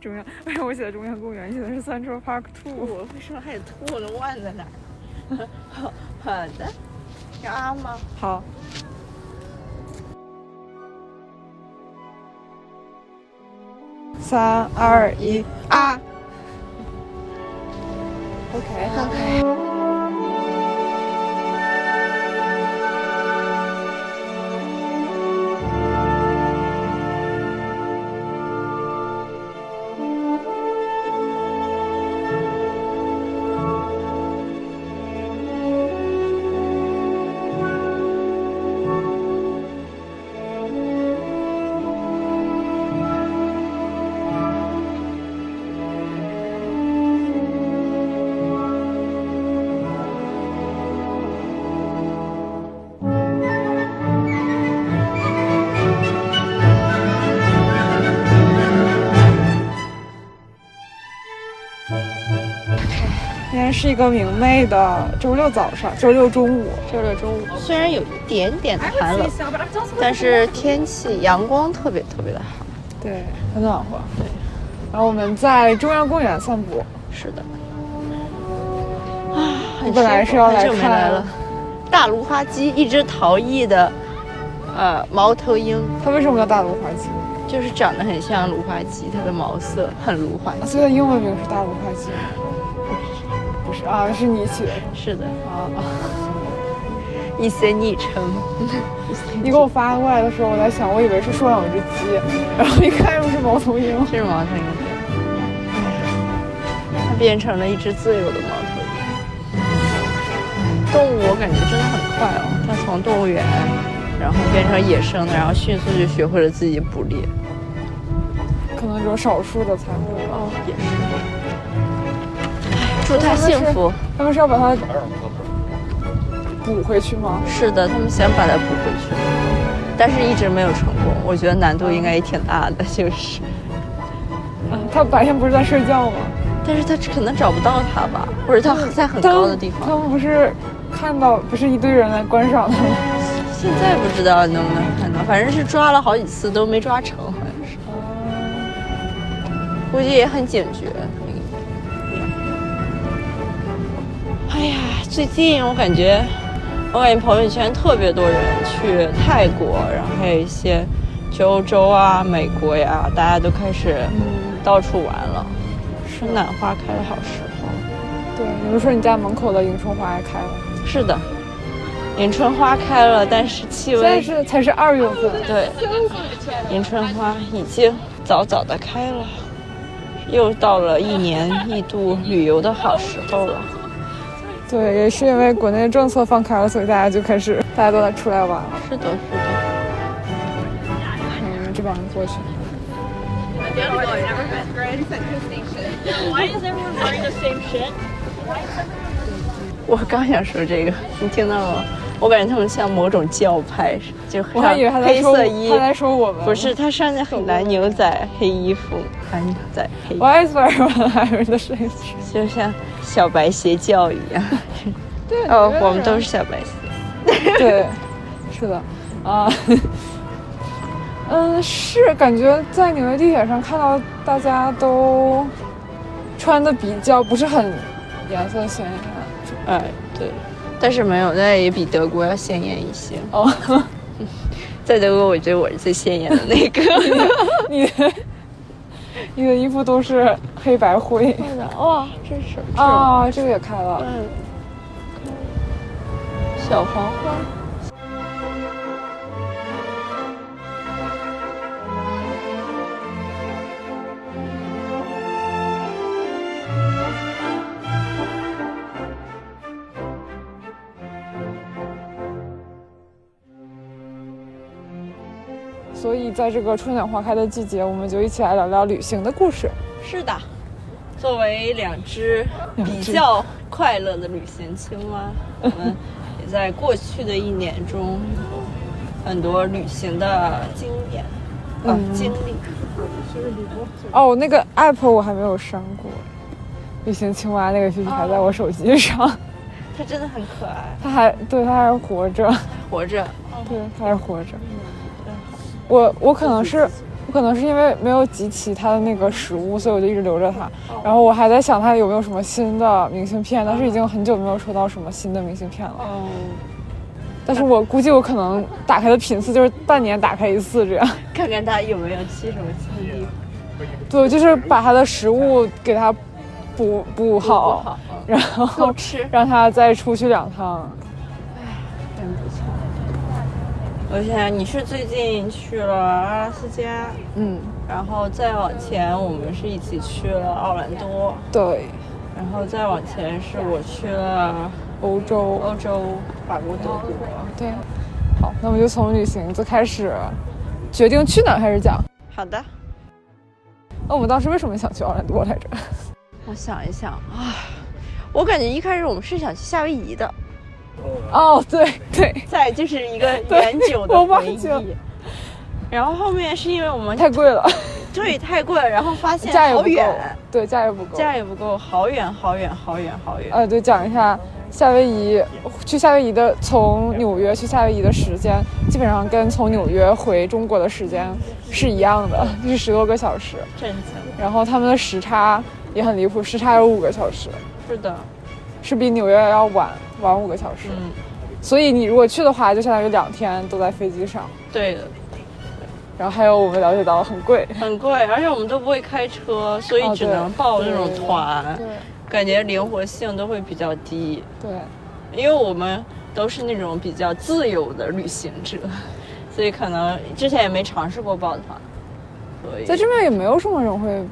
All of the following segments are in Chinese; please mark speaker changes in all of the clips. Speaker 1: 中央， 为啥我写的中央公园，写的是 Central Park Two？
Speaker 2: 我为什么还有兔呢？万在哪儿？ 好好的，要阿吗？
Speaker 1: 好，三二一啊！OK，今天是一个明媚的周六早上，周六中午。
Speaker 2: 周六中午虽然有一点点的寒冷，但是天气阳光特别特别的好。
Speaker 1: 对，很暖和。对，然后我们在中央公园散步。
Speaker 2: 是的，啊
Speaker 1: 你本来是要来
Speaker 2: 很久没
Speaker 1: 看
Speaker 2: 来了。大芦花鸡，一只逃逸的呃猫头鹰，
Speaker 1: 它为什么叫大芦花鸡？
Speaker 2: 就是长得很像芦花鸡，它的毛色很芦花。
Speaker 1: 所以它啊英文名是大芦花鸡。不是啊，是你起的
Speaker 2: 是的，
Speaker 1: 啊！
Speaker 2: 一些昵称。
Speaker 1: 你给我发过来的时候，我在想，我以为是说养一只鸡，然后一看又是猫头鹰。
Speaker 2: 这是猫头鹰，它变成了一只自由的猫头鹰。动物我感觉真的很快
Speaker 1: 啊
Speaker 2: 哦，它从动物园，然后变成野生的，然后迅速就学会了自己捕猎。
Speaker 1: 可能只有啊少数的才会吧。，
Speaker 2: 也是。祝它幸福。
Speaker 1: 他们是要把它补回去吗？
Speaker 2: 是的，他们想把它捕回去，但是一直没有成功。我觉得难度应该也挺大的，就是，嗯
Speaker 1: 它白天不是在睡觉吗？
Speaker 2: 但是它可能找不到它吧，或者它在很高的地
Speaker 1: 他们
Speaker 2: 方。
Speaker 1: 他们不是看到不是一堆人来观赏它 吗？
Speaker 2: 现在不知道能不能看到，反正是抓了好几次都没抓成，好像是。估计也很警觉。哎呀，最近我感觉，我感觉朋友圈特别多人去泰国，然后还有一些去欧洲啊、美国呀，大家都开始到处玩了。春暖花开的好时候。
Speaker 1: 对，你不是说你家门口的迎春花也开了？
Speaker 2: 是的，迎春花开了，但是气
Speaker 1: 现在
Speaker 2: 温
Speaker 1: 是才是二月份，
Speaker 2: 对，迎春花已经早早的开了，又到了一年一度旅游的好时候了。
Speaker 1: 对，也是因为国内政策放开了，所以大家就开始大家都来出来玩了。
Speaker 2: 是的，是的。
Speaker 1: 嗯，这帮人过去。
Speaker 2: 我刚想说这个，你听到了吗？我感觉他们像某种教派，就
Speaker 1: 我还以为他在
Speaker 2: 黑
Speaker 1: 说
Speaker 2: 色衣
Speaker 1: 他，在说我们，
Speaker 2: 不是，他穿着很蓝牛仔黑衣服，蓝牛仔黑衣
Speaker 1: 我
Speaker 2: 服，
Speaker 1: 还以为还有人在睡觉。
Speaker 2: 就像小白邪教一样。
Speaker 1: 对，
Speaker 2: 哦
Speaker 1: 你觉，得
Speaker 2: 我们都
Speaker 1: 人
Speaker 2: 是小白邪。
Speaker 1: 对，是的，啊， 嗯，是感觉在纽约地铁上看到大家都穿的比较不是很颜色鲜艳
Speaker 2: 哎，对，但是没有，那也比德国要鲜艳一些。
Speaker 1: 哦，
Speaker 2: 在德国，我觉得我是最鲜艳的那个。
Speaker 1: 你的你的衣服都是黑白灰
Speaker 2: 哇，这是什么？
Speaker 1: 啊，这个也开了，
Speaker 2: 嗯，小黄花。
Speaker 1: 所以在这个春暖花开的季节，我们就一起来聊聊旅行的故事。
Speaker 2: 是的，作为两只
Speaker 1: 两
Speaker 2: 比
Speaker 1: 只
Speaker 2: 较快乐的旅行青蛙，我们也在过去的一年中有很多旅行的经验。啊，经历
Speaker 1: 哦，那个 app 我还没有删过，旅行青蛙那个 APP 还在我手机上，
Speaker 2: 它真的很可爱，
Speaker 1: 它还对它还活着。
Speaker 2: 活着。
Speaker 1: 对，他还活着。我我可能是可能是因为没有集齐它的那个实物，所以我就一直留着它。然后我还在想它有没有什么新的明信片，但是已经很久没有收到什么新的明信片了。
Speaker 2: 哦，
Speaker 1: 但是我估计我可能打开的频次就是半年打开一次这样。
Speaker 2: 看看他有没有寄什么新衣服
Speaker 1: 对，就是把它的食物给它补补
Speaker 2: 不
Speaker 1: 好，
Speaker 2: 好，
Speaker 1: 然后
Speaker 2: 够吃，
Speaker 1: 让它再出去两趟。
Speaker 2: 真不错。我想想，你是最近去了阿拉斯加，
Speaker 1: 嗯，
Speaker 2: 然后再往前我们是一起去了奥兰多，
Speaker 1: 对，
Speaker 2: 然后再往前是我去了
Speaker 1: 欧洲，
Speaker 2: 欧洲、法国、德国。
Speaker 1: 对。好，那我们就从旅行最开始决定去哪儿开始讲。哦
Speaker 2: 好的，
Speaker 1: 那我们当时为什么想去奥兰多来着？
Speaker 2: 我想一想啊，我感觉一开始我们是想去夏威夷的，
Speaker 1: 哦，对对，
Speaker 2: 再就是一个远久的
Speaker 1: 我忘
Speaker 2: 回忆
Speaker 1: 记了。
Speaker 2: 然后后面是因为我 们
Speaker 1: 太贵了，
Speaker 2: 对太贵了，然后发现
Speaker 1: 价也不
Speaker 2: 好
Speaker 1: 够
Speaker 2: 远，，
Speaker 1: 对，价也不够。
Speaker 2: 价也不够，好远好远好远好远。
Speaker 1: 呃，对，讲一下夏威夷，去夏威夷的从纽约去夏威夷的时间，基本上跟从纽约回中国的时间是一样的，就是十多个小时。
Speaker 2: 震惊，
Speaker 1: 然后他们的时差也很离谱，时差有五个小时，
Speaker 2: 是的，
Speaker 1: 是比纽约要晚晚五个小时。
Speaker 2: 嗯，
Speaker 1: 所以你如果去的话，就相当于两天都在飞机上。
Speaker 2: 对的，
Speaker 1: 然后还有我们了解到很贵，
Speaker 2: 很贵，而且我们都不会开车，所以
Speaker 1: 哦
Speaker 2: 只
Speaker 1: 对
Speaker 2: 能报这种
Speaker 1: 对
Speaker 2: 团，
Speaker 1: 对
Speaker 2: 感觉灵活性都会比较低，
Speaker 1: 对，
Speaker 2: 因为我们都是那种比较自由的旅行者，所以可能之前也没尝试过报团，所以
Speaker 1: 在这边也没有什么人会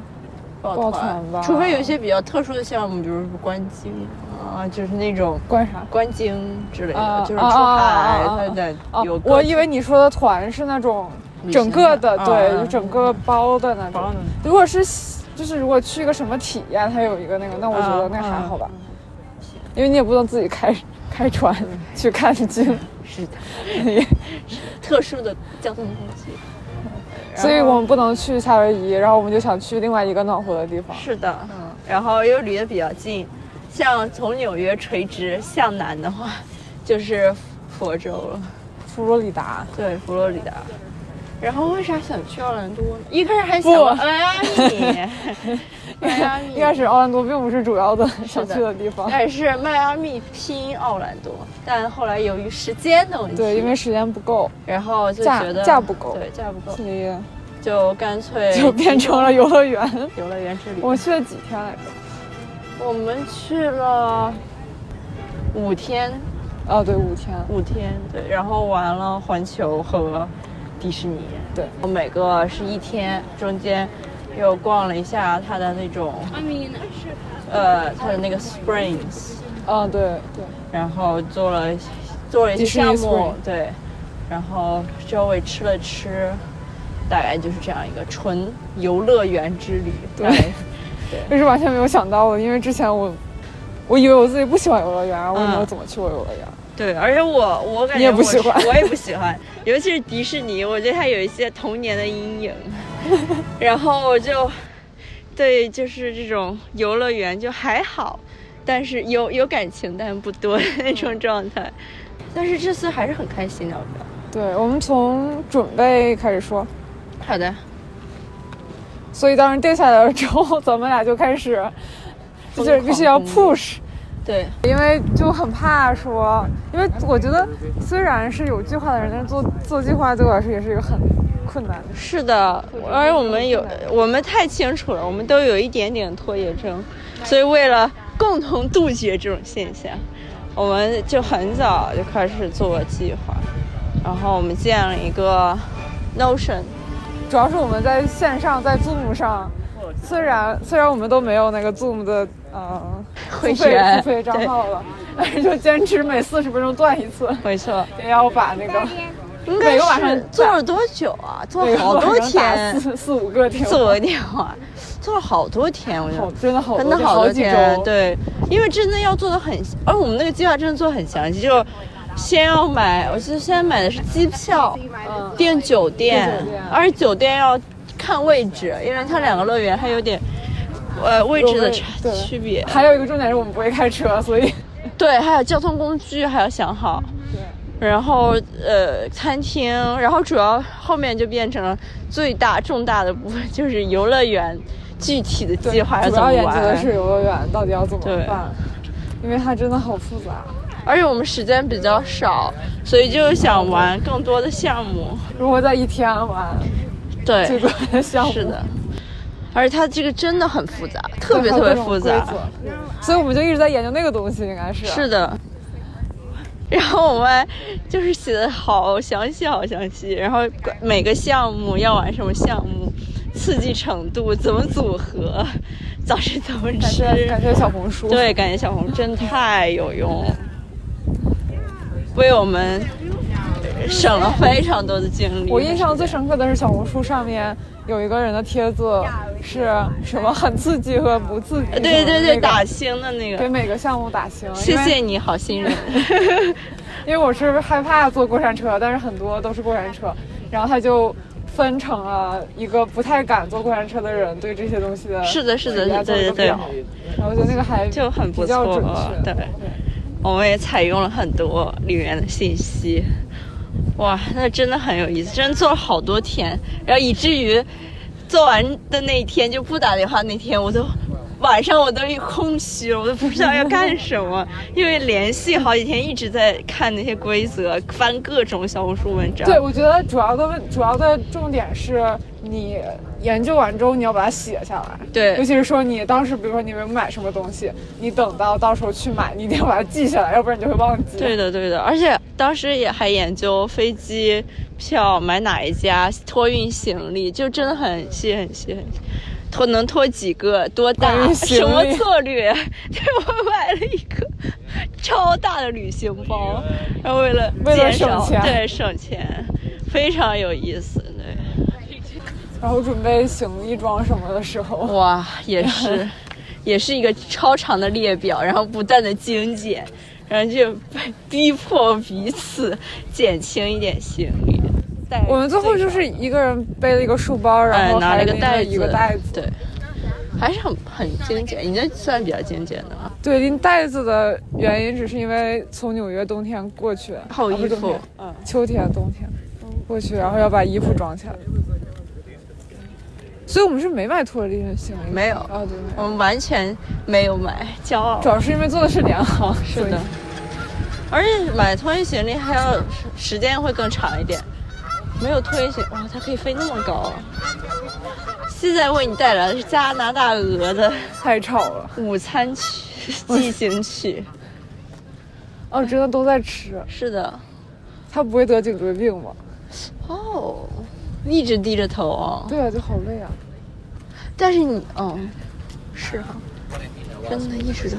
Speaker 2: 抱
Speaker 1: 抱团吧
Speaker 2: 除非有一些比较特殊的项目，比如观鲸啊，就是那种
Speaker 1: 观察。
Speaker 2: 观鲸之类的，
Speaker 1: 啊
Speaker 2: 就是出
Speaker 1: 啊啊啊
Speaker 2: 海，
Speaker 1: 啊啊
Speaker 2: 它得
Speaker 1: 哦
Speaker 2: 有，各
Speaker 1: 我
Speaker 2: 种
Speaker 1: 以为你说的团是那种
Speaker 2: 旅
Speaker 1: 整
Speaker 2: 行
Speaker 1: 个
Speaker 2: 的
Speaker 1: 的，
Speaker 2: 啊
Speaker 1: 对，
Speaker 2: 啊
Speaker 1: 就整个包的那种
Speaker 2: 包的。
Speaker 1: 如果是就是如果去一个什么体验，它有一个那个，那我觉
Speaker 2: 嗯
Speaker 1: 得那还好吧，因为你也不能自己开 开船
Speaker 2: 嗯
Speaker 1: 去 看鲸，
Speaker 2: 是的， 特殊的交通工具。
Speaker 1: 所以我们不能去夏威夷，然后我们就想去另外一个暖和的地方。
Speaker 2: 是的，然后又离得比较近，像从纽约垂直向南的话，就是佛州了，
Speaker 1: 佛罗里达，
Speaker 2: 对，佛罗里达。然后为啥想去奥兰多呢？一开始还想
Speaker 1: 不
Speaker 2: 迈阿 密，迈阿密
Speaker 1: 一开始奥兰多并不是主要的 想
Speaker 2: 的
Speaker 1: 去的地方，
Speaker 2: 但是迈阿密拼奥兰多，但后来由于时间的问题，
Speaker 1: 对，因为时间不够，
Speaker 2: 然后就
Speaker 1: 价
Speaker 2: 觉得
Speaker 1: 价不够
Speaker 2: 对，价不够嗯
Speaker 1: 所，以
Speaker 2: 就干脆
Speaker 1: 就变成了游乐 园。
Speaker 2: 游乐园之旅。
Speaker 1: 我去了几天来着？
Speaker 2: 我们去了五天，
Speaker 1: 哦，对，五天。
Speaker 2: 五天对，然后玩了环球和迪士尼，
Speaker 1: 对，
Speaker 2: 我每个是一天，中间又逛了一下它的那种，呃，它的那个 Springs，
Speaker 1: 嗯，对对。
Speaker 2: 然后做了做了一些
Speaker 1: 迪士尼
Speaker 2: 项目
Speaker 1: Spring，
Speaker 2: 对，然后周围吃了吃，大概就是这样一个纯游乐园之旅，
Speaker 1: 对
Speaker 2: 大概
Speaker 1: 这是完全没有想到的，因为之前我我以为我自己不喜欢游乐园，然后我也没有怎么去过游乐园。
Speaker 2: 对，而且我我感觉
Speaker 1: 你也不
Speaker 2: 我是
Speaker 1: 喜欢
Speaker 2: 我也不喜欢，尤其是迪士尼，我觉得它有一些童年的阴 影。然后我就对就是这种游乐园就还好，但是有有感情但不多的那种状态。嗯但是这次还是很开心的，我觉得。
Speaker 1: 对，我们从准备开始说，
Speaker 2: 好的，
Speaker 1: 所以当时定下来了之后，咱们俩就开始，就是必须要
Speaker 2: 疯狂
Speaker 1: push，
Speaker 2: 对，
Speaker 1: 因为就很怕说，因为我觉得虽然是有计划的人，但是做做计划对我来说也是一个很困难的事。
Speaker 2: 是的，而且我们有我们太清楚了，我们都有一点点拖延症，所以为了共同杜绝这种现象，我们就很早就开始做计划，然后我们建了一个 Notion，
Speaker 1: 主要是我们在线上，在 Zoom 上，虽然虽然我们都没有那个 Zoom 的呃
Speaker 2: 会
Speaker 1: 付费
Speaker 2: 员
Speaker 1: 付费账号了， 但是就坚持每四十分钟断一次。
Speaker 2: 没错，
Speaker 1: 也要把那个
Speaker 2: 应
Speaker 1: 每
Speaker 2: 该
Speaker 1: 个晚上
Speaker 2: 是做了多久啊？做了好多天，
Speaker 1: 四四五个电
Speaker 2: 做
Speaker 1: 话，
Speaker 2: 了电话，做了好多天，我觉得
Speaker 1: 好真的好多
Speaker 2: 真的
Speaker 1: 天
Speaker 2: 好
Speaker 1: 好
Speaker 2: 多
Speaker 1: 几
Speaker 2: 天，
Speaker 1: 周
Speaker 2: 对，因为真的要做的很，而我们那个计划真的做的很详细，就先要买，我记得现在买的是机票，
Speaker 1: 嗯
Speaker 2: 订酒店
Speaker 1: 订酒店，
Speaker 2: 而且酒店要看位置，因为它两个乐园还有点。呃，位置的
Speaker 1: 有位
Speaker 2: 差
Speaker 1: 对
Speaker 2: 区别，
Speaker 1: 还有一个重点是我们不会开车，所以
Speaker 2: 对，还有交通工具还要想好，
Speaker 1: 对
Speaker 2: 然后呃餐厅，然后主要后面就变成了最大重大的部分就是游乐园具体的 计划要
Speaker 1: 主
Speaker 2: 怎
Speaker 1: 要
Speaker 2: 么
Speaker 1: 研究的
Speaker 2: 玩。
Speaker 1: 是游乐园到底要怎么
Speaker 2: 对
Speaker 1: 办，因为它真的好复杂。
Speaker 2: 而且我们时间比较少，所以就想玩更多的项目。
Speaker 1: 如果在一天玩
Speaker 2: 对，
Speaker 1: 最多的项目，
Speaker 2: 是的，而且它这个真的很复杂，特
Speaker 1: 对
Speaker 2: 别
Speaker 1: 还有
Speaker 2: 特别
Speaker 1: 各种
Speaker 2: 复
Speaker 1: 规
Speaker 2: 杂。
Speaker 1: 则所以我们就一直在研究那个东西，应该是
Speaker 2: 是的。然后我们就是写的好详细，好详细。然后每个项目要玩什么项目，刺激程度，怎么组合，早吃怎么
Speaker 1: 感
Speaker 2: 吃。
Speaker 1: 谢感谢小红书，
Speaker 2: 对，感谢小红真太有用了，为我们省了非常多的精力。
Speaker 1: 我印象最深刻的是小红书上面有一个人的帖子是什么很刺激和不刺激，
Speaker 2: 呃对对
Speaker 1: 那
Speaker 2: 对，
Speaker 1: 个
Speaker 2: 打星的那
Speaker 1: 给
Speaker 2: 个，
Speaker 1: 每个项目打星。
Speaker 2: 谢
Speaker 1: 因为
Speaker 2: 谢，你好心人。
Speaker 1: 因为我是害怕坐过山车，但是很多都是过山车，然后他就分成了一个不太敢坐过山车的人对这些东西的
Speaker 2: 是的是的
Speaker 1: 评价做了一个
Speaker 2: 对对对
Speaker 1: 表然后我觉得那个还
Speaker 2: 就很不
Speaker 1: 嗯比较
Speaker 2: 错哦
Speaker 1: 准确，
Speaker 2: 对我们也采用了很多里面的信息，哇，那真的很有意思，真的做了好多天，然后以至于做完的那一天就不打电话，那天我都晚上我都空虚了，我都不知道要干 什么，因为连续好几天一直在看那些规则，翻各种小红书文章，
Speaker 1: 对，我觉得主要的问主要的重点是你研究完之后你要把它写下来。
Speaker 2: 对
Speaker 1: 尤其是说你当时，比如说你没有买什么东西，你等到到时候去买，你一定要把它记下来，要不然你就会忘记。
Speaker 2: 对的，对的，而且当时也还研究飞机票买哪一家，托运行李，就真的很细很细很细，托能托几个，多大
Speaker 1: 关于，行
Speaker 2: 什么
Speaker 1: 李
Speaker 2: 策略？ 对我买了一个超大的旅行包，然后为了
Speaker 1: 哎为了
Speaker 2: 减少
Speaker 1: 省钱
Speaker 2: 对省钱，非常有意思，对，
Speaker 1: 然后准备行李装什么的时候，
Speaker 2: 哇，也是，也是一个超长的列表，然后不断的精简。然后就被逼迫彼此减轻一点行李。带
Speaker 1: 我们最后就是一个人背了一个书包，然
Speaker 2: 哎
Speaker 1: 后
Speaker 2: 拿了
Speaker 1: 还
Speaker 2: 一个
Speaker 1: 拎
Speaker 2: 袋
Speaker 1: 了
Speaker 2: 子，
Speaker 1: 一个袋子。
Speaker 2: 对，还是很很精简，你这算比较精简的了。
Speaker 1: 对，拎袋子的原因只是因为从纽约冬天过去，
Speaker 2: 厚
Speaker 1: 啊不
Speaker 2: 衣
Speaker 1: 是冬
Speaker 2: 服
Speaker 1: 天，秋天、冬天过去，然后要把衣服装起来。所以我们是没买托利的行李，
Speaker 2: 没有
Speaker 1: 啊，对，没有
Speaker 2: 我们完全没有买，骄傲
Speaker 1: 主。要是因为做的是联航，是
Speaker 2: 是的，而且买托运行李还要时间会更长一点，没有托运行哇，它可以飞那么高啊！现在为你带来的是加拿大鹅的
Speaker 1: 太吵了。
Speaker 2: 午餐曲进行曲，
Speaker 1: 哦，真的都在吃，
Speaker 2: 是的，
Speaker 1: 他不会得颈椎病吗？
Speaker 2: 哦，一直低着头啊、
Speaker 1: 对啊，就好累啊。
Speaker 2: 但是你，嗯，是哈、真的一直都，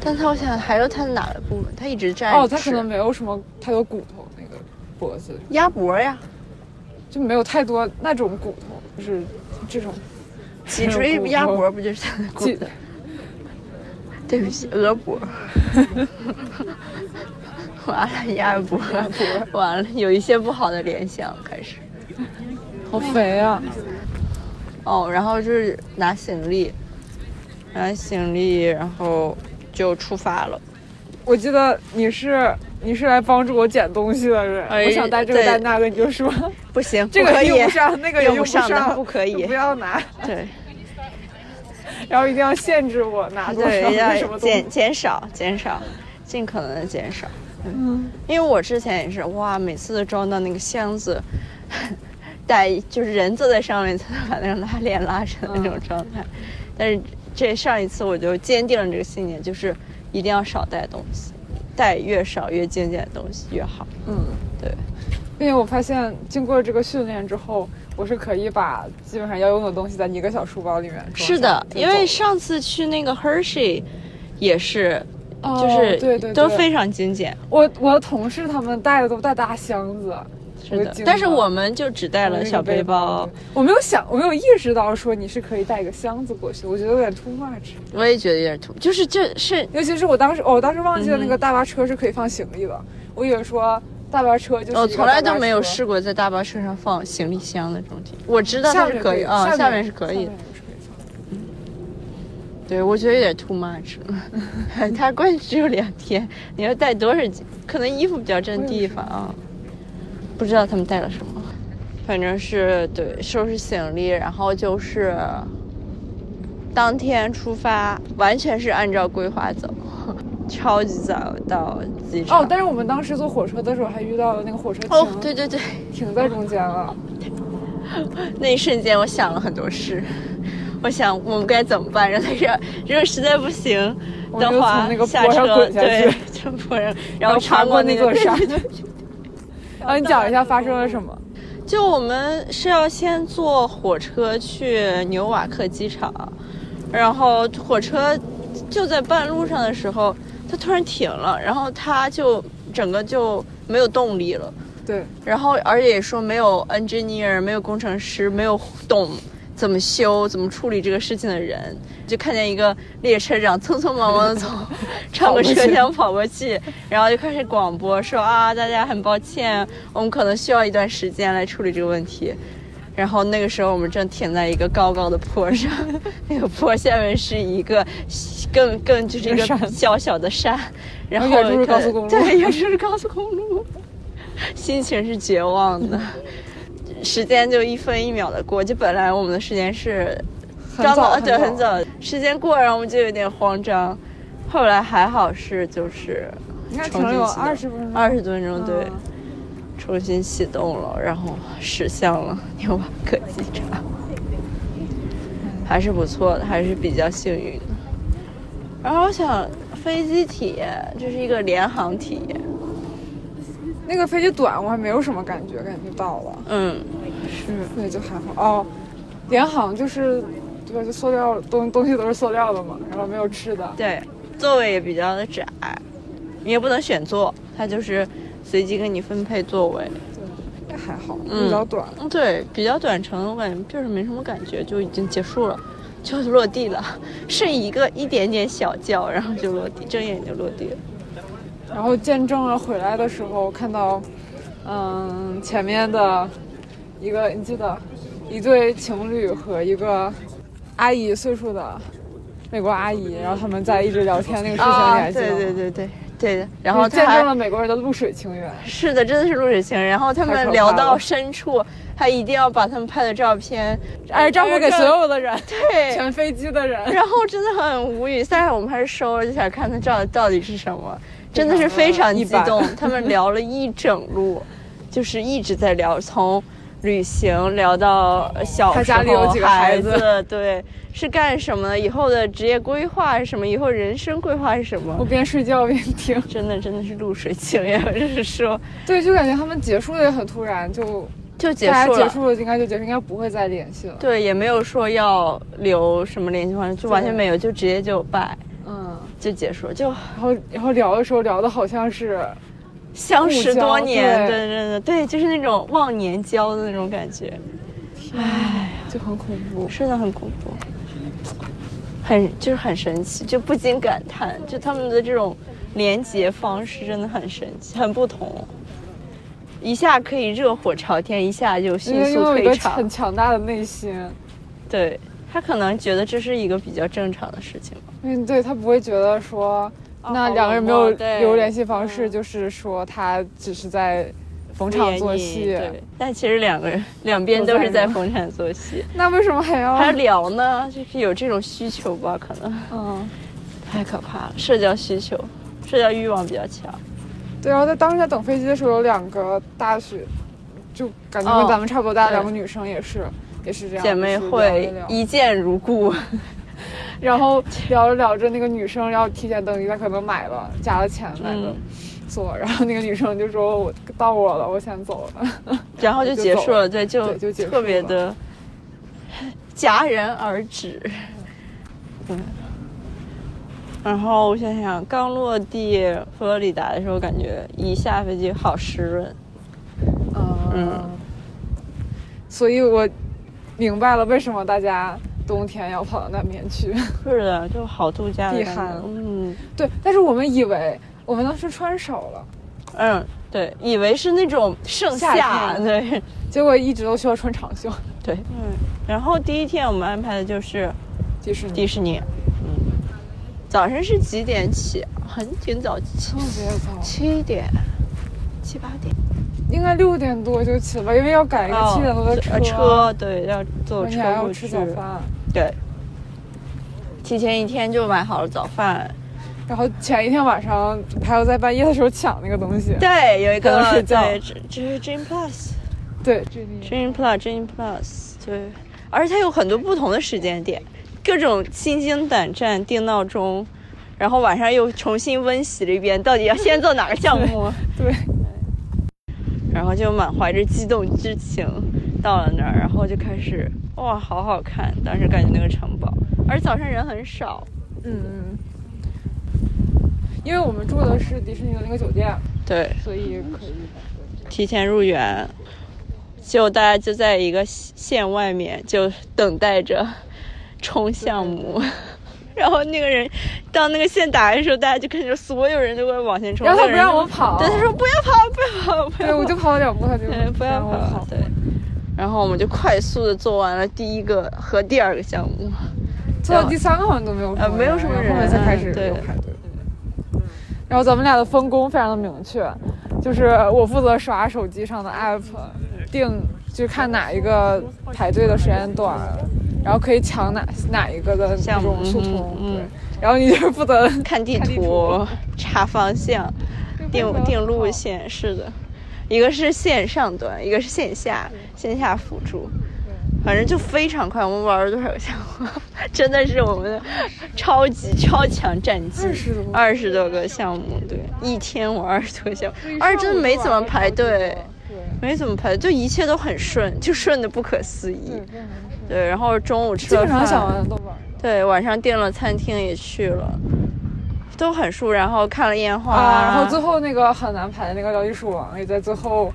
Speaker 2: 但他我想还有他哪个部分，他一直站着
Speaker 1: 哦，他可
Speaker 2: 吃
Speaker 1: 能没有什么太多骨头，那个脖子
Speaker 2: 鸭脖呀，
Speaker 1: 就没有太多那种骨头，就是这种
Speaker 2: 脊
Speaker 1: 有
Speaker 2: 椎
Speaker 1: 骨
Speaker 2: 鸭
Speaker 1: 头
Speaker 2: 脖不就是他的骨
Speaker 1: 脊
Speaker 2: 头？ 对不起，鹅脖。完了，鸭脖，完了，有一些不好的联想开始。
Speaker 1: 好肥啊。
Speaker 2: 哦，然后就是拿行李，拿行李，然后就出发了。
Speaker 1: 我记得你是你是来帮助我捡东西的人，
Speaker 2: 哎
Speaker 1: 我想带这个
Speaker 2: 对
Speaker 1: 带那个，你就说
Speaker 2: 不行，
Speaker 1: 这
Speaker 2: 不可
Speaker 1: 个
Speaker 2: 以
Speaker 1: 用不上，那个也
Speaker 2: 用不
Speaker 1: 上
Speaker 2: 上的，不可
Speaker 1: 就
Speaker 2: 以
Speaker 1: 不。要拿，
Speaker 2: 对。
Speaker 1: 然后一定要限制我拿多少
Speaker 2: 对，
Speaker 1: 个什
Speaker 2: 要
Speaker 1: 么东西
Speaker 2: 减。减少减少，尽可能的减少。嗯，因为我之前也是，哇，每次都装到那个箱子，带就是人坐在上面才能把那个拉链拉上那种状态。但是这上一次我就坚定了这个信念，就是一定要少带东西，带越少越精简的东西越好。
Speaker 1: 嗯，
Speaker 2: 对，
Speaker 1: 并且我发现经过这个训练之后，我是可以把基本上要用的东西在一个小书包里面装
Speaker 2: 是的，
Speaker 1: 就
Speaker 2: 因为
Speaker 1: 走
Speaker 2: 上次去那个 Hershey 也是。
Speaker 1: 哦
Speaker 2: 就是
Speaker 1: 对对
Speaker 2: 都
Speaker 1: 对
Speaker 2: 非常精简，
Speaker 1: 我我的同事他们带的都带大箱子，
Speaker 2: 是
Speaker 1: 我
Speaker 2: 的
Speaker 1: 惊。
Speaker 2: 但是
Speaker 1: 了
Speaker 2: 我们就只带
Speaker 1: 我
Speaker 2: 了
Speaker 1: 那个
Speaker 2: 小背包，
Speaker 1: 对我没有想，我没有意识到说你是可以带一个箱子过去，我觉得有点 too much。
Speaker 2: 我也觉得有点土，就是就是
Speaker 1: 尤其是我当时，哦我当时忘记了
Speaker 2: 嗯
Speaker 1: 那个大巴车是可以放行李的，我以为说大巴车就是
Speaker 2: 我
Speaker 1: 一个
Speaker 2: 哦从来
Speaker 1: 大
Speaker 2: 都
Speaker 1: 巴
Speaker 2: 没有
Speaker 1: 车
Speaker 2: 试过在大巴车上放行李箱的这种地，我知道
Speaker 1: 下
Speaker 2: 它
Speaker 1: 面
Speaker 2: 是
Speaker 1: 也
Speaker 2: 可以啊，
Speaker 1: 下
Speaker 2: 下面是可以
Speaker 1: 下
Speaker 2: 的
Speaker 1: 面。也是可以放
Speaker 2: 对，我觉得有点 too much 了。它关键只有两天，你要带多少件？可能衣服比较占地方啊。不知道他们带了什么，反正是对收拾行李，然后就是当天出发，完全是按照规划走， 超级早到机场。
Speaker 1: 哦，但是我们当时坐火车的时候还遇到了那个火车停、
Speaker 2: 哦，对对对，
Speaker 1: 停在中间了。
Speaker 2: 那一瞬间我想了很多事，我想我们该怎么办？然后他说，如果实在不行
Speaker 1: 我们
Speaker 2: 的
Speaker 1: 就
Speaker 2: 话，
Speaker 1: 从那个
Speaker 2: 下
Speaker 1: 坡
Speaker 2: 车
Speaker 1: 上滚下
Speaker 2: 对
Speaker 1: 去，
Speaker 2: 从 坡上，然
Speaker 1: 然
Speaker 2: 后
Speaker 1: 后
Speaker 2: 穿
Speaker 1: 爬
Speaker 2: 过
Speaker 1: 过
Speaker 2: 那
Speaker 1: 那
Speaker 2: 个
Speaker 1: 座山
Speaker 2: 对对对
Speaker 1: 啊，你讲一下发生了什么？
Speaker 2: 就我们是要先坐火车去纽瓦克机场，然后火车就在半路上的时候，它突然停了，然后它就整个就没有动力了，
Speaker 1: 对，
Speaker 2: 然后而且也说没有 engineer，没有工程师，没有懂怎么修、怎么处理这个事情的人，就看见一个列车长匆匆忙忙的从 穿过车厢跑过去，然后就开始广播说啊，大家很抱歉，我们可能需要一段时间来处理这个问题。然后那个时候我们正停在一个高高的坡上，那个坡下面是一个更更就是一个
Speaker 1: 山
Speaker 2: 小小的山，然后
Speaker 1: 远哦处是
Speaker 2: 可
Speaker 1: 高速公路
Speaker 2: 对，远处是高速公路，心情是绝望的。时间就一分一秒的过，就本来我们的时间是
Speaker 1: 很
Speaker 2: 刚
Speaker 1: 早
Speaker 2: 刚对很
Speaker 1: 很早。
Speaker 2: 早，时间过，然后我们就有点慌张，后来还好是就是
Speaker 1: 你看，
Speaker 2: 重
Speaker 1: 停了
Speaker 2: 新
Speaker 1: 有
Speaker 2: 启动
Speaker 1: 二十分钟。
Speaker 2: 二十多分钟对，
Speaker 1: 嗯
Speaker 2: 重新启动了，然后驶向了纽瓦克机场，还是不错的，还是比较幸运的。然后我想飞机体验，这是一个联航体验，
Speaker 1: 那个飞机短，我还没有什么感觉，感觉到了。
Speaker 2: 嗯，
Speaker 1: 是，对，就还好。哦，联航就是，对，就塑料东东西都是塑料的嘛，然后没有吃的。
Speaker 2: 对，座位也比较的窄，嗯你也不能选座，它就是随机给你分配座位。
Speaker 1: 那还好，
Speaker 2: 嗯
Speaker 1: 比较短。
Speaker 2: 嗯，对，比较短程，我感觉就是没什么感觉，就已经结束了，就落地了，睡一个一点点小觉，然后就落地，睁眼就落地了。
Speaker 1: 然后见证了回来的时候看到，嗯，前面的一个，你记得，一对情侣和一个阿姨岁数的美国阿姨，然后他们在一直聊天，那个事情你还记得吗？
Speaker 2: 啊哦对对对对对的，然
Speaker 1: 然
Speaker 2: 后
Speaker 1: 后
Speaker 2: 他
Speaker 1: 见
Speaker 2: 还
Speaker 1: 证了美国人的露水情缘，
Speaker 2: 是的，真的是露水情人。然后他
Speaker 1: 太可
Speaker 2: 们
Speaker 1: 怕
Speaker 2: 聊到
Speaker 1: 了
Speaker 2: 深处，还一定要把他们拍的照片
Speaker 1: 哎，丈夫给所有的人，
Speaker 2: 对，
Speaker 1: 全飞机的人，
Speaker 2: 然后真的很无语，但是我们还是收了，就想看他照的到底是什么，真的是非常激动
Speaker 1: 一。
Speaker 2: 他们聊了一整路，就是一直在聊，从旅行聊到小
Speaker 1: 他
Speaker 2: 时
Speaker 1: 家里
Speaker 2: 候
Speaker 1: 有几个
Speaker 2: 孩
Speaker 1: 孩子
Speaker 2: 对，是干什么的，以后的职业规划是什么，以后人生规划是什
Speaker 1: 我
Speaker 2: 么。
Speaker 1: 边睡觉边听。
Speaker 2: 真的真的是露水情 缘，我就是说，
Speaker 1: 对，就感觉他们结束的也很突然，就
Speaker 2: 就结
Speaker 1: 大家
Speaker 2: 束
Speaker 1: 结
Speaker 2: 了。
Speaker 1: 束了，应该就结束，应该不会再联系了。
Speaker 2: 对，也没有说要留什么联系方式，就完全
Speaker 1: 对
Speaker 2: 没有，就直接就拜
Speaker 1: 嗯，
Speaker 2: 就结束了，就
Speaker 1: 然后然后聊的时候聊的好像是
Speaker 2: 相识多年，
Speaker 1: 互交
Speaker 2: 对对对对，就是那种忘年交的那种感觉，
Speaker 1: 就很恐怖。
Speaker 2: 真的很恐怖，很就是很神奇，就不禁感叹，就他们的这种连接方式真的很神奇，很不同，一下可以热火朝天，一下就
Speaker 1: 因
Speaker 2: 迅
Speaker 1: 为
Speaker 2: 速
Speaker 1: 拥有一
Speaker 2: 退
Speaker 1: 个
Speaker 2: 场
Speaker 1: 很，强大的内心，
Speaker 2: 对他可能觉得这是一个比较正常的事情吧，
Speaker 1: 因为对他不会觉得说，
Speaker 2: 啊
Speaker 1: 那
Speaker 2: 好
Speaker 1: 两个人
Speaker 2: 冷
Speaker 1: 没有
Speaker 2: 漠对
Speaker 1: 留联系方式，
Speaker 2: 嗯
Speaker 1: 就是说他只是在逢
Speaker 2: 逢
Speaker 1: 场作戏。
Speaker 2: 对，但其实两个人两边都是在逢场作戏，
Speaker 1: 那为什么还要？
Speaker 2: 还聊呢，就是有这种需求吧，可能。
Speaker 1: 嗯，
Speaker 2: 太可怕了，社交需求、社交欲望比较强。
Speaker 1: 对。然后在当时在等飞机的时候，有两个大学，就感觉跟
Speaker 2: 哦
Speaker 1: 咱们差不多大的
Speaker 2: 对
Speaker 1: 两个女生也是。也是这样，
Speaker 2: 姐妹
Speaker 1: 就是聊
Speaker 2: 会
Speaker 1: 着聊
Speaker 2: 一见如故，
Speaker 1: 然后聊着聊着，那个女生要提前登机，她可能买了，加了钱买的
Speaker 2: 嗯，
Speaker 1: 座，然后那个女生就说：“我到我了，我先走了。
Speaker 2: 然后就结束了，对，就
Speaker 1: 对就结束了
Speaker 2: 特别的戛然而止。
Speaker 1: 嗯
Speaker 2: 对。然后我想想，刚落地佛罗里达的时候，感觉一下飞机好湿润，”
Speaker 1: 嗯，所以我明白了为什么大家冬天要跑到那边去。
Speaker 2: 是的，就好度假的
Speaker 1: 避
Speaker 2: 感
Speaker 1: 寒
Speaker 2: 觉。嗯
Speaker 1: 对，但是我们以为我们当时穿少了，
Speaker 2: 嗯，对，以为是那种盛
Speaker 1: 夏
Speaker 2: 夏，
Speaker 1: 天
Speaker 2: 对。
Speaker 1: 结果一直都需要穿长袖。
Speaker 2: 对，嗯。然后第一天我们安排的就是
Speaker 1: 迪士尼
Speaker 2: 迪士尼，嗯，早上是几点起啊？很挺早，七
Speaker 1: 特别早，
Speaker 2: 七点、七八点。
Speaker 1: 应该六点多就起了，因为要赶一个七点多的
Speaker 2: 哦呃
Speaker 1: 车，
Speaker 2: 车对，要坐
Speaker 1: 而且
Speaker 2: 车
Speaker 1: 还
Speaker 2: 过
Speaker 1: 要
Speaker 2: 去
Speaker 1: 吃早饭。
Speaker 2: 对，提前一天就买好了早饭。
Speaker 1: 然后前一天晚上还要在半夜的时候抢那个东西。
Speaker 2: 对，有一
Speaker 1: 还能
Speaker 2: 个
Speaker 1: 睡觉
Speaker 2: 对，这这是 Dream Plus，Dream
Speaker 1: 对，这里
Speaker 2: Plus，Dream Plus，对，而且它有很多不同的时间点，各种心惊胆战，定闹钟，然后晚上又重新温习了一遍，到底要先做哪个项目，啊
Speaker 1: 对，
Speaker 2: 然后就满怀着激动之情到了那儿，然后就开始哇，好好看，当时感觉那个城堡，而早上人很少，
Speaker 1: 嗯，因为我们住的是迪士尼的那个酒店，
Speaker 2: 对，
Speaker 1: 所以可以。
Speaker 2: 提前入园，就大家就在一个线外面就等待着冲项目，
Speaker 1: 嗯
Speaker 2: 然后那个人当那个线打开的时候，大家就看着所有人都会往前冲，
Speaker 1: 然后他
Speaker 2: 那
Speaker 1: 不
Speaker 2: 个人
Speaker 1: 让
Speaker 2: 就
Speaker 1: 我跑，
Speaker 2: 对他说不要跑，不要跑，不要
Speaker 1: 对，
Speaker 2: 跑，
Speaker 1: 我就跑了两步，他 就
Speaker 2: 对嗯不要
Speaker 1: 让我
Speaker 2: 跑，对。然后我们就快速的做完了第一个和第二个项目，
Speaker 1: 做到第三个好像都没有什么
Speaker 2: 呃没有什么
Speaker 1: 然后后面
Speaker 2: 人嗯
Speaker 1: 才开始
Speaker 2: 对
Speaker 1: 有排队。嗯然后咱们俩的分工非常的明确，就是我负责刷手机上的 app，定就看哪一个排队的时间短，然后可以抢哪哪一个的那
Speaker 2: 项目
Speaker 1: 种速通，
Speaker 2: 嗯嗯
Speaker 1: 对。 然后你就是负责
Speaker 2: 看地
Speaker 1: 看地
Speaker 2: 图
Speaker 1: 图、
Speaker 2: 查方向、 定定路，线，是的，一个是线上端，一个是线下，线下辅助，反正就非常快。我们玩了多少个项目？ 真的是我们的超级超强战绩，
Speaker 1: 20多
Speaker 2: 二十多个项目，对，一天玩二十多个项目，而且真的
Speaker 1: 的
Speaker 2: 没怎么排队，
Speaker 1: 对，
Speaker 2: 没怎么排队，就一切都很顺，就顺的不可思议。
Speaker 1: 对非常是
Speaker 2: 对，然后中午
Speaker 1: 基
Speaker 2: 嗯吃了
Speaker 1: 本上
Speaker 2: 饭，
Speaker 1: 想玩的都玩了。
Speaker 2: 对，晚上订了餐厅也去了，都很舒服。然后看了烟花，
Speaker 1: 啊，然后最后那个很难排的那个疗愈鼠王也在最后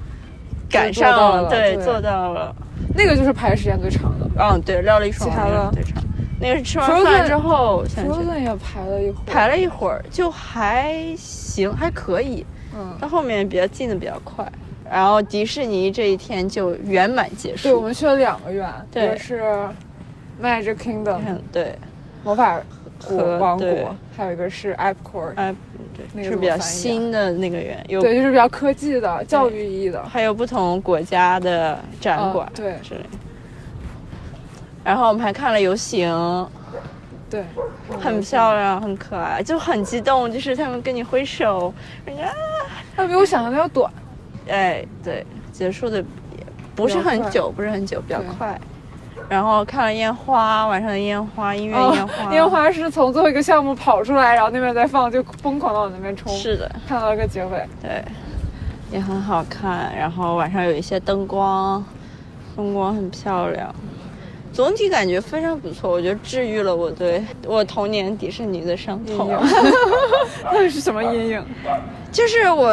Speaker 2: 赶
Speaker 1: 就做到
Speaker 2: 上
Speaker 1: 了
Speaker 2: 对，
Speaker 1: 对
Speaker 2: 做到了。
Speaker 1: 那个就是排时间最长的
Speaker 2: 嗯，对，料理爽
Speaker 1: 其他的
Speaker 2: 对尝。那个是吃完
Speaker 1: Frozen-
Speaker 2: 饭之后，想想
Speaker 1: ，Frozen 也排了一会儿，
Speaker 2: 排了一会儿，就还行，还可以。
Speaker 1: 嗯，
Speaker 2: 到后面比较进的比较快，然后迪士尼这一天就圆满结
Speaker 1: 对，我
Speaker 2: 束。
Speaker 1: 们去了两个园，
Speaker 2: 对
Speaker 1: 一个是 Magic Kingdom
Speaker 2: 嗯，对，
Speaker 1: 魔法国
Speaker 2: 和
Speaker 1: 王
Speaker 2: 对
Speaker 1: 国，还有一个是 Epcot，
Speaker 2: 哎，
Speaker 1: 那个
Speaker 2: 对，是
Speaker 1: 怎么
Speaker 2: 比
Speaker 1: 翻译
Speaker 2: 较
Speaker 1: 啊
Speaker 2: 新的那个园，有
Speaker 1: 对，就是比较科技的、教育意义的。
Speaker 2: 还有不同国家的展
Speaker 1: 嗯
Speaker 2: 馆，
Speaker 1: 对
Speaker 2: 之类的。然后我们还看了游行，
Speaker 1: 对，
Speaker 2: 很漂亮，很可爱，就很激动，就是他们跟你挥手，啊，
Speaker 1: 但没有想象的要短。
Speaker 2: 哎，对，结束的不是很久，不是很久，比较
Speaker 1: 对
Speaker 2: 快。然后看了烟花，晚上的烟花，音乐烟花，
Speaker 1: 哦烟花是从最后一个项目跑出来，然后那边再放，就疯狂的往那边冲，
Speaker 2: 是的，
Speaker 1: 看到了个结 尾。
Speaker 2: 对，也很好看。然后晚上有一些灯光，灯光很漂亮，总体感觉非常不错。我觉得治愈了我对我童年迪士尼的伤
Speaker 1: 阴
Speaker 2: 痛。
Speaker 1: 影，那是什么阴影？
Speaker 2: 就是我，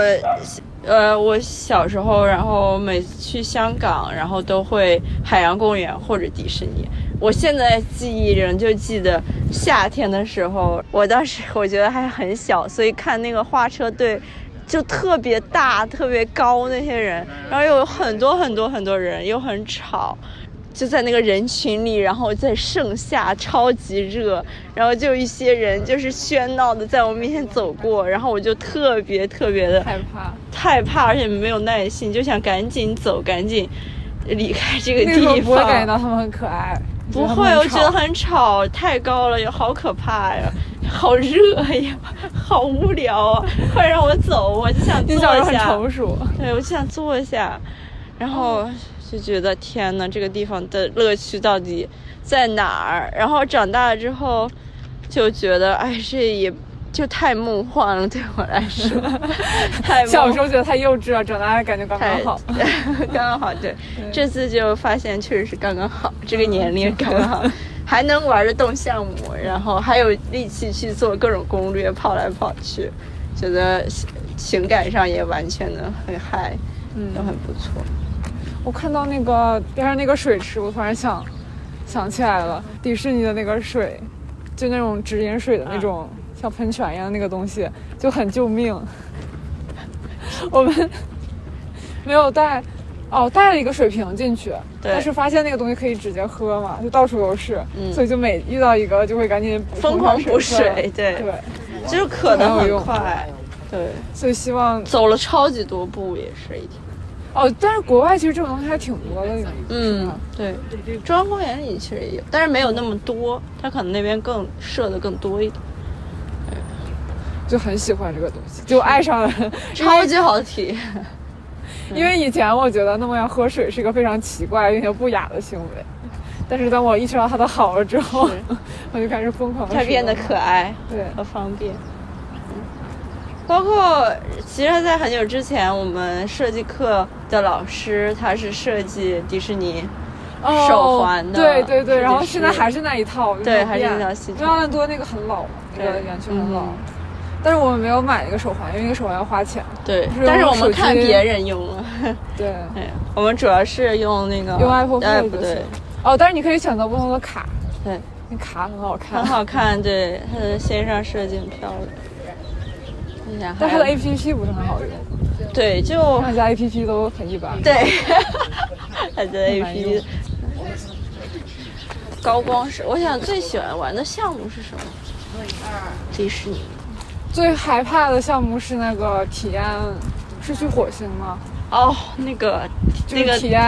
Speaker 2: 呃，我小时候，然后每次去香港，然后都会海洋公园或者迪士尼。我现在记忆仍旧记得夏天的时候，我当时我觉得还很小，所以看那个花车队。就特别大、特别高那些人，然后有很多很多很多人，又很吵，就在那个人群里，然后在盛夏超级热，然后就有一些人就是喧闹的在我面前走过，然后我就特别特别 的
Speaker 1: 害怕。
Speaker 2: 害怕，而且没有耐心，就想赶紧走，赶紧离开这个
Speaker 1: 那个时候
Speaker 2: 地
Speaker 1: 不会感觉
Speaker 2: 方。
Speaker 1: 到他们很可爱，
Speaker 2: 不会，我觉得
Speaker 1: 很
Speaker 2: 很吵，太高了，也好可怕呀，好热呀，好无聊啊！快让我走，啊我就想
Speaker 1: 你
Speaker 2: 坐一
Speaker 1: 小时
Speaker 2: 下。
Speaker 1: 候很成熟。
Speaker 2: 对，我就想坐一下，然后就觉得天呐，这个地方的乐趣到底在哪儿？然后长大了之后，就觉得哎，这也就太梦幻了，对我来说， 太梦
Speaker 1: 小时候觉得太幼稚了，长大感觉刚
Speaker 2: 太
Speaker 1: 刚好。，
Speaker 2: 刚刚好。对，这次就发现确实是刚刚好，这个年 龄刚刚好，还能玩得动项目，然后还有力气去做各种攻略，跑来跑去，觉得情情感上也完全的很嗨，
Speaker 1: 嗯
Speaker 2: 都很不错。
Speaker 1: 我看到那个边上那个水池，我突然想想起来了，迪士尼的那个水，就那种直饮水的
Speaker 2: 嗯
Speaker 1: 那种、像喷泉一样的那个东西， 就很救命。我们没有带哦，带了一个水瓶进去，
Speaker 2: 对
Speaker 1: 但是发现那个东西可以直接喝嘛，就到处都是，
Speaker 2: 嗯
Speaker 1: 所以就每遇到一个就会赶紧补
Speaker 2: 疯狂补水，
Speaker 1: 分
Speaker 2: 对，
Speaker 1: 对，
Speaker 2: 就是渴的
Speaker 1: 很有
Speaker 2: 很
Speaker 1: 用
Speaker 2: 快，对，
Speaker 1: 所以希望
Speaker 2: 走了超级多步也是一天。
Speaker 1: 哦，但是国外其实这种东西还挺多的，是
Speaker 2: 嗯
Speaker 1: 吧，
Speaker 2: 对，中央公园里其实也有，但是没有那么多，它可能那边更设的更多一点。
Speaker 1: 就很喜欢这个东西，就爱上了。
Speaker 2: 超级好体验，
Speaker 1: 因为以前我觉得那么样喝水是一个非常奇怪并且不雅的行为，但是当我意识到它的好了之后
Speaker 2: 是，
Speaker 1: 我就开始疯狂。
Speaker 2: 它变得可爱
Speaker 1: 对，
Speaker 2: 和方便。包括其实，在很久之前，我们设计课的老师他是设计迪士尼，
Speaker 1: 哦
Speaker 2: 手环的
Speaker 1: 对对
Speaker 2: 设计
Speaker 1: 对，
Speaker 2: 师
Speaker 1: 然后现在还是那一套，就没有
Speaker 2: 对还是
Speaker 1: 变
Speaker 2: 那套系统
Speaker 1: 因为奥兰多那个很老嘛，那个
Speaker 2: 对
Speaker 1: 园区很老
Speaker 2: 嗯，
Speaker 1: 但是我们没有买那个手环，因为那个手环要花钱。
Speaker 2: 对
Speaker 1: 就是
Speaker 2: 但是我们
Speaker 1: 用手机
Speaker 2: 看别人用了，
Speaker 1: 对，
Speaker 2: 对，我们主要是用那个
Speaker 1: 用 Apple
Speaker 2: 哎
Speaker 1: Pay
Speaker 2: 不
Speaker 1: 就
Speaker 2: 对
Speaker 1: 行，。哦，但是你可以选择不同的卡，
Speaker 2: 对，
Speaker 1: 那卡很好看
Speaker 2: 很，好看，对，它的线上设计很漂亮。看一下，
Speaker 1: 但
Speaker 2: 还
Speaker 1: 它
Speaker 2: 有
Speaker 1: 的 APP 不是很好用，
Speaker 2: 对就
Speaker 1: 商家 APP 都很一般。
Speaker 2: 对， 它的
Speaker 1: 很难用
Speaker 2: APP 高光是，我想最喜欢玩的项目是什么？迪士尼。
Speaker 1: 最害怕的项目是那个体验，是去火星吗？
Speaker 2: 哦，那个
Speaker 1: 就
Speaker 2: 那
Speaker 1: 是
Speaker 2: 个
Speaker 1: 体验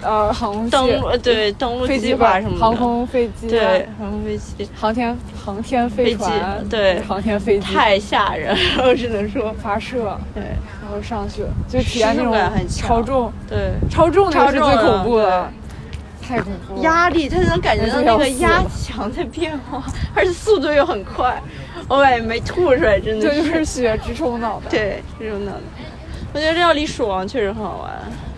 Speaker 1: 呃航空器
Speaker 2: 登陆，对登陆
Speaker 1: 飞
Speaker 2: 计
Speaker 1: 机
Speaker 2: 划
Speaker 1: 吧
Speaker 2: 什么的，
Speaker 1: 航空飞机啊
Speaker 2: 对航空飞机
Speaker 1: 航天航天飞
Speaker 2: 飞
Speaker 1: 船
Speaker 2: 机对
Speaker 1: 航天飞机
Speaker 2: 太吓人了， 我只能说，
Speaker 1: 发射，
Speaker 2: 对
Speaker 1: 然后上去就体验那
Speaker 2: 失重感
Speaker 1: 种
Speaker 2: 很强
Speaker 1: 超重
Speaker 2: 对。
Speaker 1: 超重那个是
Speaker 2: 超
Speaker 1: 最
Speaker 2: 重的
Speaker 1: 恐怖的，太恐怖了。
Speaker 2: 压力，他能感觉到那个压强在变化，而且速度又很快，我感觉没吐出来，真的。
Speaker 1: 对，就是是血直冲脑袋。
Speaker 2: 对，这种脑袋。我觉得料理鼠王确实很好玩，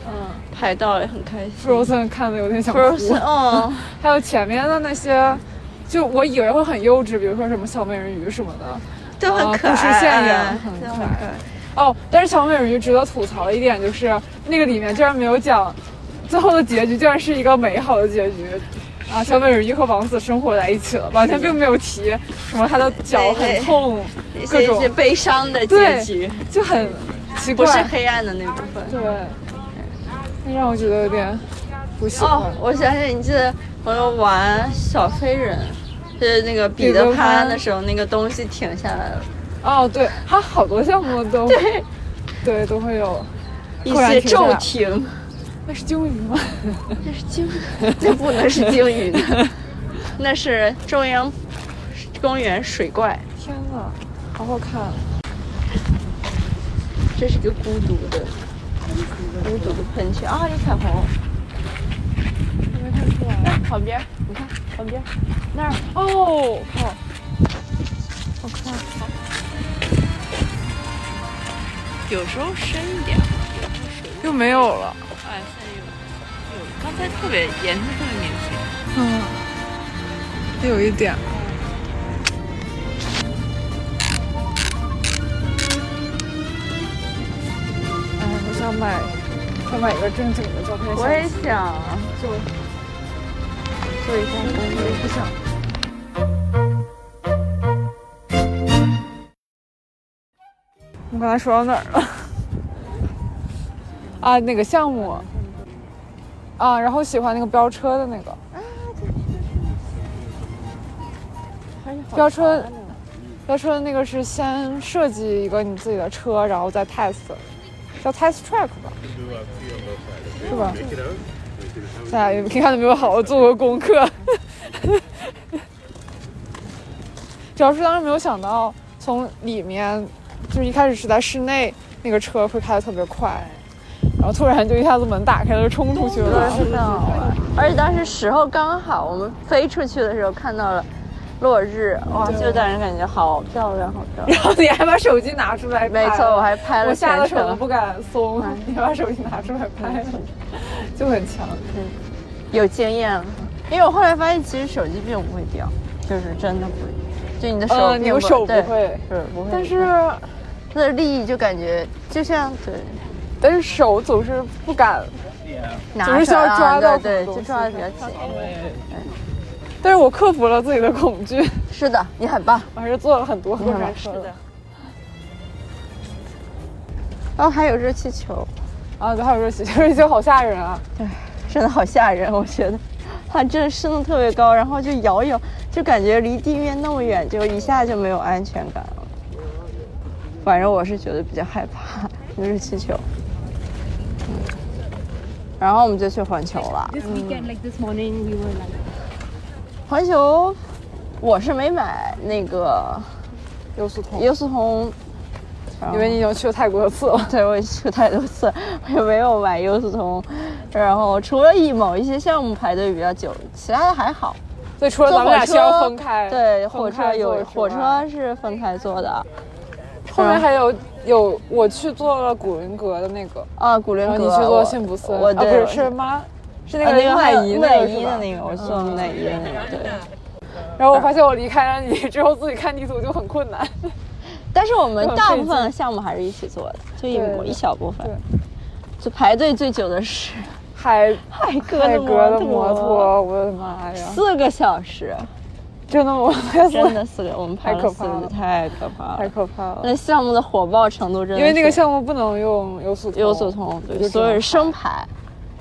Speaker 1: 嗯
Speaker 2: 排到也很开心。
Speaker 1: ，Frozen 看的有点想哭。
Speaker 2: Frozen，嗯，
Speaker 1: 还有前面的那些，就我以为会很幼稚，比如说什么小美人鱼什么的。
Speaker 2: 都很可爱，
Speaker 1: 啊故事线也很
Speaker 2: 都
Speaker 1: 可
Speaker 2: 很
Speaker 1: 爱
Speaker 2: 可爱。
Speaker 1: 哦，但是小美人鱼值得吐槽的一点就是，那个里面居然没有讲，最后的结局竟然是一个美好的结局。啊，小美人鱼和王子生活在一起了，完全并没有提什么他的脚
Speaker 2: 对对
Speaker 1: 很痛，各
Speaker 2: 这是
Speaker 1: 种
Speaker 2: 悲伤的结
Speaker 1: 对
Speaker 2: 局，
Speaker 1: 就很奇
Speaker 2: 不是
Speaker 1: 怪。
Speaker 2: 黑暗的那部分。
Speaker 1: 对，那让我觉得有点不喜欢
Speaker 2: 哦。，我想起来你记得我们玩小飞人，就是那个彼
Speaker 1: 彼
Speaker 2: 得
Speaker 1: 得
Speaker 2: 潘
Speaker 1: 潘
Speaker 2: 的时候，那个东西停下来了，
Speaker 1: 哦，对，它好多项目都对对都会有，
Speaker 2: 一
Speaker 1: 突然
Speaker 2: 些
Speaker 1: 停下
Speaker 2: 骤
Speaker 1: 来
Speaker 2: 停。
Speaker 1: 那是鲸鱼吗？
Speaker 2: 那是鲸，那不能是鲸鱼，那是中央公园水怪，
Speaker 1: 天哪，好好看。啊
Speaker 2: 这是一个孤独的、孤独的喷泉啊！有彩虹，
Speaker 1: 没看出来。
Speaker 2: 哎，旁边，你看旁边那儿，
Speaker 1: 哦，好，
Speaker 2: 我看好。有时候深一点，有时候水
Speaker 1: 又没有了。
Speaker 2: 哎，现在有有，刚才特别颜色特别明显。
Speaker 1: 嗯，有一点。哎，我想买，想买一个正经的照片相机。
Speaker 2: 我也想
Speaker 1: 就
Speaker 2: 做一下公益。
Speaker 1: 不想。我刚才说到哪儿了？ 啊，哪个项目？啊，然后喜欢那个飙车的那个
Speaker 2: 啊
Speaker 1: 飙车，飙车的那个是先设计一个你自己的车，然后再 test，叫 test track 吧，是吧？大家哎你看有没有好好做过功课？ 主要是当时没有想到，从里面就是一开始是在室内，那个车会开得特别快，然后突然就一下子门打开了，就冲出去了。
Speaker 2: 真的好玩。而且当时时候刚好，我们飞出去的时候看到了落日，哇，就让人感觉好漂亮，好 漂 亮。
Speaker 1: 然后你还把手机拿出来拍
Speaker 2: 没错，我还拍
Speaker 1: 我嗯
Speaker 2: 了全
Speaker 1: 下的手都
Speaker 2: 程。
Speaker 1: 不敢松
Speaker 2: 哎，
Speaker 1: 你把手机拿出来拍了，就很强。
Speaker 2: 有经验了，因为我后来发现其实手机并不会掉，就是真的不会，就你的手并不，
Speaker 1: 呃，你的手不
Speaker 2: 对，
Speaker 1: 会，
Speaker 2: 是不会。
Speaker 1: 但是
Speaker 2: 它的利益就感觉就像对，
Speaker 1: 但是手总是不敢，
Speaker 2: 拿
Speaker 1: 总是需要
Speaker 2: 着啊
Speaker 1: 抓到
Speaker 2: 对，
Speaker 1: 什么
Speaker 2: 对就
Speaker 1: 东
Speaker 2: 抓的
Speaker 1: 西
Speaker 2: 比较紧。
Speaker 1: 但是我克服了自己的恐惧，
Speaker 2: 是的，你很棒。
Speaker 1: 我还是做了很多过
Speaker 2: 嗯
Speaker 1: 山
Speaker 2: 是
Speaker 1: 车的。哦
Speaker 2: 然后还有热气球，
Speaker 1: 啊、啊，对，还有热 气球，热气球好吓人啊！
Speaker 2: 真的好吓人，我觉得它真的升的特别高，然后就摇一摇，就感觉离地面那么远，就一下就没有安全感了。反正我是觉得比较害怕热气球。嗯然后我们就去环球了。
Speaker 3: This weekend, like this morning, we were like,
Speaker 2: 环球我是没买那个
Speaker 1: 优速通，
Speaker 2: 优速通，然后
Speaker 1: 因为你已经去了太多次 了。
Speaker 2: 对，我也去过太多次，我也没有买优速通。然后除了一某一些项目排队比较久，其他的还好。
Speaker 1: 所以除了咱
Speaker 2: 坐
Speaker 1: 们
Speaker 2: 火
Speaker 1: 俩需
Speaker 2: 车
Speaker 1: 要分开，分
Speaker 2: 对，
Speaker 1: 开
Speaker 2: 火车
Speaker 1: 坐啊
Speaker 2: 有
Speaker 1: 之
Speaker 2: 火
Speaker 1: 外
Speaker 2: 车是分开坐的。
Speaker 1: 后面还有有我去坐了古云阁的那个，
Speaker 2: 啊，古灵
Speaker 1: 然后
Speaker 2: 阁，
Speaker 1: 你去坐
Speaker 2: 我
Speaker 1: 了幸福寺，
Speaker 2: 我
Speaker 1: 啊不
Speaker 2: 对
Speaker 1: 是
Speaker 2: 我
Speaker 1: 是妈，是那
Speaker 2: 啊
Speaker 1: 个
Speaker 2: 那
Speaker 1: 木
Speaker 2: 个
Speaker 1: 乃
Speaker 2: 还有
Speaker 1: 伊
Speaker 2: 木
Speaker 1: 那
Speaker 2: 乃
Speaker 1: 个是
Speaker 2: 伊的
Speaker 1: 吧嗯
Speaker 2: 那个，我坐木乃伊的那个，对。
Speaker 1: 然后我发现我离开了你之后，自己看地图就很困难。
Speaker 2: 但是我们
Speaker 1: 嗯
Speaker 2: 大
Speaker 1: 费
Speaker 2: 部分的项目还是一起做的，就一
Speaker 1: 对
Speaker 2: 一小部分
Speaker 1: 对。
Speaker 2: 就排队最久的是
Speaker 1: 海
Speaker 2: 海哥
Speaker 1: 海
Speaker 2: 的
Speaker 1: 格的
Speaker 2: 摩
Speaker 1: 摩托，我的妈呀！
Speaker 2: 四个小时，
Speaker 1: 真的摩托
Speaker 2: 真的四个，我们排
Speaker 1: 太可
Speaker 2: 四
Speaker 1: 怕
Speaker 2: 个，
Speaker 1: 了
Speaker 2: 太可怕
Speaker 1: 太
Speaker 2: 了。
Speaker 1: 可怕了，
Speaker 2: 那项目的火爆程度真的
Speaker 1: 因为那个
Speaker 2: 是
Speaker 1: 项目不能用优速
Speaker 2: 优速通，
Speaker 1: 我就
Speaker 2: 对，
Speaker 1: 只
Speaker 2: 所有
Speaker 1: 能
Speaker 2: 人生排，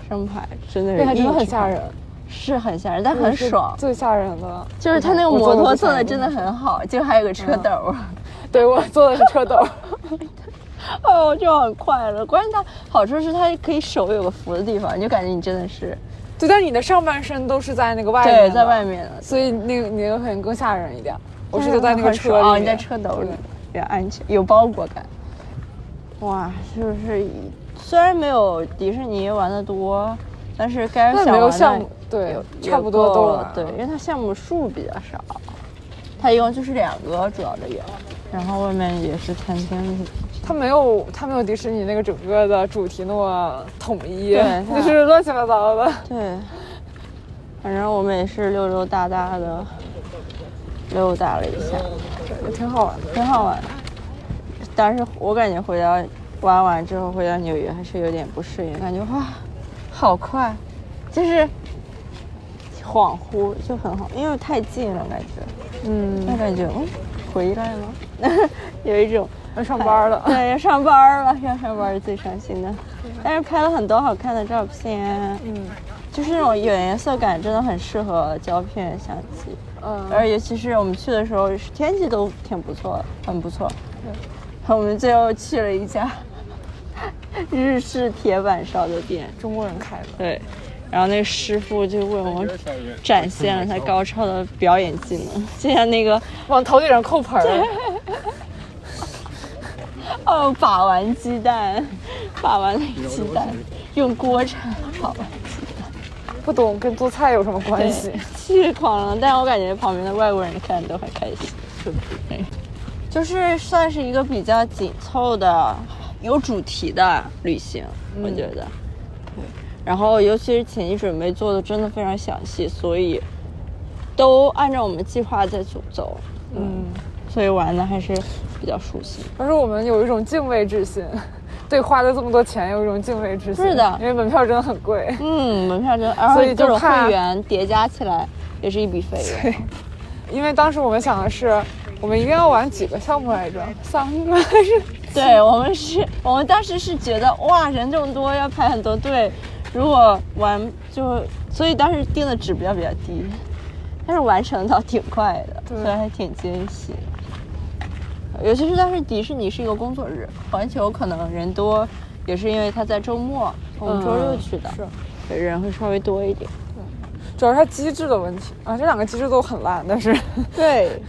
Speaker 2: 生排真的
Speaker 1: 对，它
Speaker 2: 是
Speaker 1: 真的
Speaker 2: 一
Speaker 1: 很
Speaker 2: 直
Speaker 1: 吓
Speaker 2: 排，
Speaker 1: 人，
Speaker 2: 是很吓人，但很
Speaker 1: 是
Speaker 2: 爽。
Speaker 1: 最吓人的
Speaker 2: 就是它那个
Speaker 1: 我
Speaker 2: 摩
Speaker 1: 坐
Speaker 2: 托
Speaker 1: 不
Speaker 2: 做的
Speaker 1: 太嗯
Speaker 2: 真的很好，就还有个车斗儿，
Speaker 1: 对我坐的是车斗，
Speaker 2: 哦，就很快乐。关键它好处是它可以手有个扶的地方，你就感觉你真的是
Speaker 1: 对，但你的上半身都是在那个外面，
Speaker 2: 对在外，面的。
Speaker 1: 所以那个你的可能更吓人一点。我是就在那
Speaker 2: 但是
Speaker 1: 个
Speaker 2: 很
Speaker 1: 车
Speaker 2: 爽
Speaker 1: 里
Speaker 2: 哦，
Speaker 1: 面，
Speaker 2: 你在车斗里比较安全，有包裹感。哇，就是虽然没有迪士尼玩的多，但是该
Speaker 1: 那
Speaker 2: 想
Speaker 1: 没有
Speaker 2: 玩
Speaker 1: 项
Speaker 2: 的
Speaker 1: 目，对
Speaker 2: 有，
Speaker 1: 差不多都
Speaker 2: 有够
Speaker 1: 玩
Speaker 2: 了
Speaker 1: 了。
Speaker 2: 对，因为它项目数比较少，它一共就是两个主要的园，然后外面也是餐厅。
Speaker 1: 它没有，它没有迪士尼那个整个的主题那么统一
Speaker 2: 对，它
Speaker 1: 就是乱七八糟的。
Speaker 2: 对，反正我们也是溜溜达达的溜达了一下，
Speaker 1: 也挺好玩的。
Speaker 2: 挺好玩的。但是我感觉回到玩完之后回到纽约还是有点不适应，感觉哇，好快，就是恍惚就很好，因为太近了感觉，
Speaker 1: 嗯，
Speaker 2: 那感觉嗯回来了， 有一种
Speaker 1: 要上班了。
Speaker 2: 对，要上班了，要上班是最伤心的。但是拍了很多好看的照片，
Speaker 1: 嗯
Speaker 2: 就是那种有颜色感，真的很适合胶片相机。
Speaker 1: 嗯，
Speaker 2: 而尤其是我们去的时候，是天气都挺不错的，很不错。我们最后去了一家 日式铁板烧的店，
Speaker 1: 中国人开的。
Speaker 2: 对。然后那个师傅就为我们展现了他高超的表演技能，就像那个
Speaker 1: 往头顶上扣盆儿，
Speaker 2: 哦，把玩鸡蛋，把玩那个鸡蛋，用锅铲把玩鸡蛋，
Speaker 1: 不懂跟做菜有什么关系？
Speaker 2: 气狂哎了。但我感觉旁边的外国人看都很开心，是不是？就是算是一个比较紧凑的、有主题的旅行，
Speaker 1: 嗯
Speaker 2: 我觉得。对，然后尤其是前期准备做的真的非常详细，所以都按照我们计划在走走，
Speaker 1: 嗯，
Speaker 2: 所以玩的还是比较舒心。
Speaker 1: 而是我们有一种敬畏之心，对花了这么多钱有一种敬畏之心。
Speaker 2: 是的
Speaker 1: 因为门票真的很贵。
Speaker 2: 嗯，门票真的，而
Speaker 1: 所
Speaker 2: 且
Speaker 1: 以
Speaker 2: 各
Speaker 1: 就
Speaker 2: 种
Speaker 1: 怕
Speaker 2: 会员叠加起来也是一笔费用。
Speaker 1: 对，因为当时我们想的是，我们一定要玩几个项目来着？嗯三个还是？
Speaker 2: 对我们是，我们当时是觉得哇，人这么多，要排很多队，如果玩就，所以当时定的指标比较低，但是完成倒挺快的，
Speaker 1: 对
Speaker 2: 所以还挺惊喜。尤其是当时迪士尼是一个工作日，环球可能人多，也是因为它在周末，我们周六
Speaker 1: 嗯
Speaker 2: 去的，
Speaker 1: 是，
Speaker 2: 对人会稍微多一点。
Speaker 1: 主要是它机制的问题啊，这两个机制都很烂，但是
Speaker 2: 对，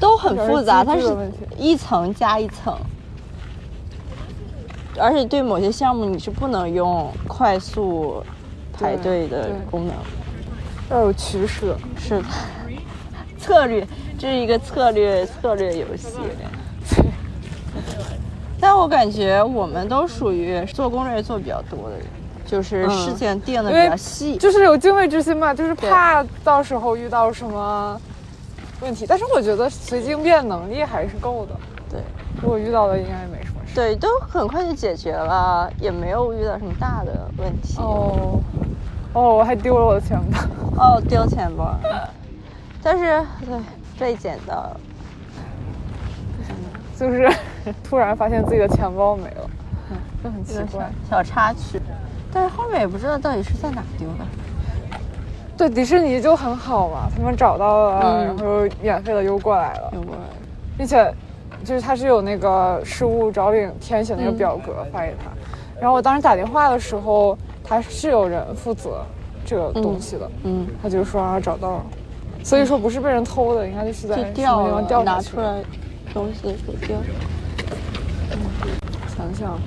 Speaker 2: 都很复杂，
Speaker 1: 主
Speaker 2: 它
Speaker 1: 要是机制
Speaker 2: 是
Speaker 1: 的问题
Speaker 2: 一层加一层，而且对某些项目你是不能用快速排
Speaker 1: 对
Speaker 2: 队的
Speaker 1: 对
Speaker 2: 功能，
Speaker 1: 要有取舍。
Speaker 2: 是的，策略，这是一个策略策略游 戏。但我感觉我们都属于做攻略做比较多的人，就是事
Speaker 1: 嗯
Speaker 2: 情定的
Speaker 1: 因为
Speaker 2: 比较细。
Speaker 1: 就是有敬畏之心嘛，就是怕到时候遇到什么问题。但是我觉得随机应变能力还是够的，
Speaker 2: 对
Speaker 1: 如果遇到了应该没什么事。
Speaker 2: 对，都很快就解决了，也没有遇到什么大的问题。
Speaker 1: 哦，哦，我还丢了我的钱包。
Speaker 2: 哦，丢钱包。但是，对，被捡到了。
Speaker 1: 就是嗯啊突然发现自己的钱包没了，这很奇怪。
Speaker 2: 小插曲，但是后面也不知道到底是在哪丢的。
Speaker 1: 对，迪士尼就很好嘛，他们找到了，
Speaker 2: 嗯
Speaker 1: 然后又免费的又过来了，
Speaker 2: 有过来。
Speaker 1: 并且就是他是有那个事务找领填写那个
Speaker 2: 嗯
Speaker 1: 表格发给他，然后我当时打电话的时候，他是有人负责这个东西的，
Speaker 2: 嗯，
Speaker 1: 他就说啊找到了，所以说不是被人偷的，应该就是在
Speaker 2: 就
Speaker 1: 什么地
Speaker 2: 掉了，
Speaker 1: 方掉下
Speaker 2: 拿
Speaker 1: 去
Speaker 2: 出
Speaker 1: 的。
Speaker 2: 来东西的时候掉。
Speaker 1: 想想，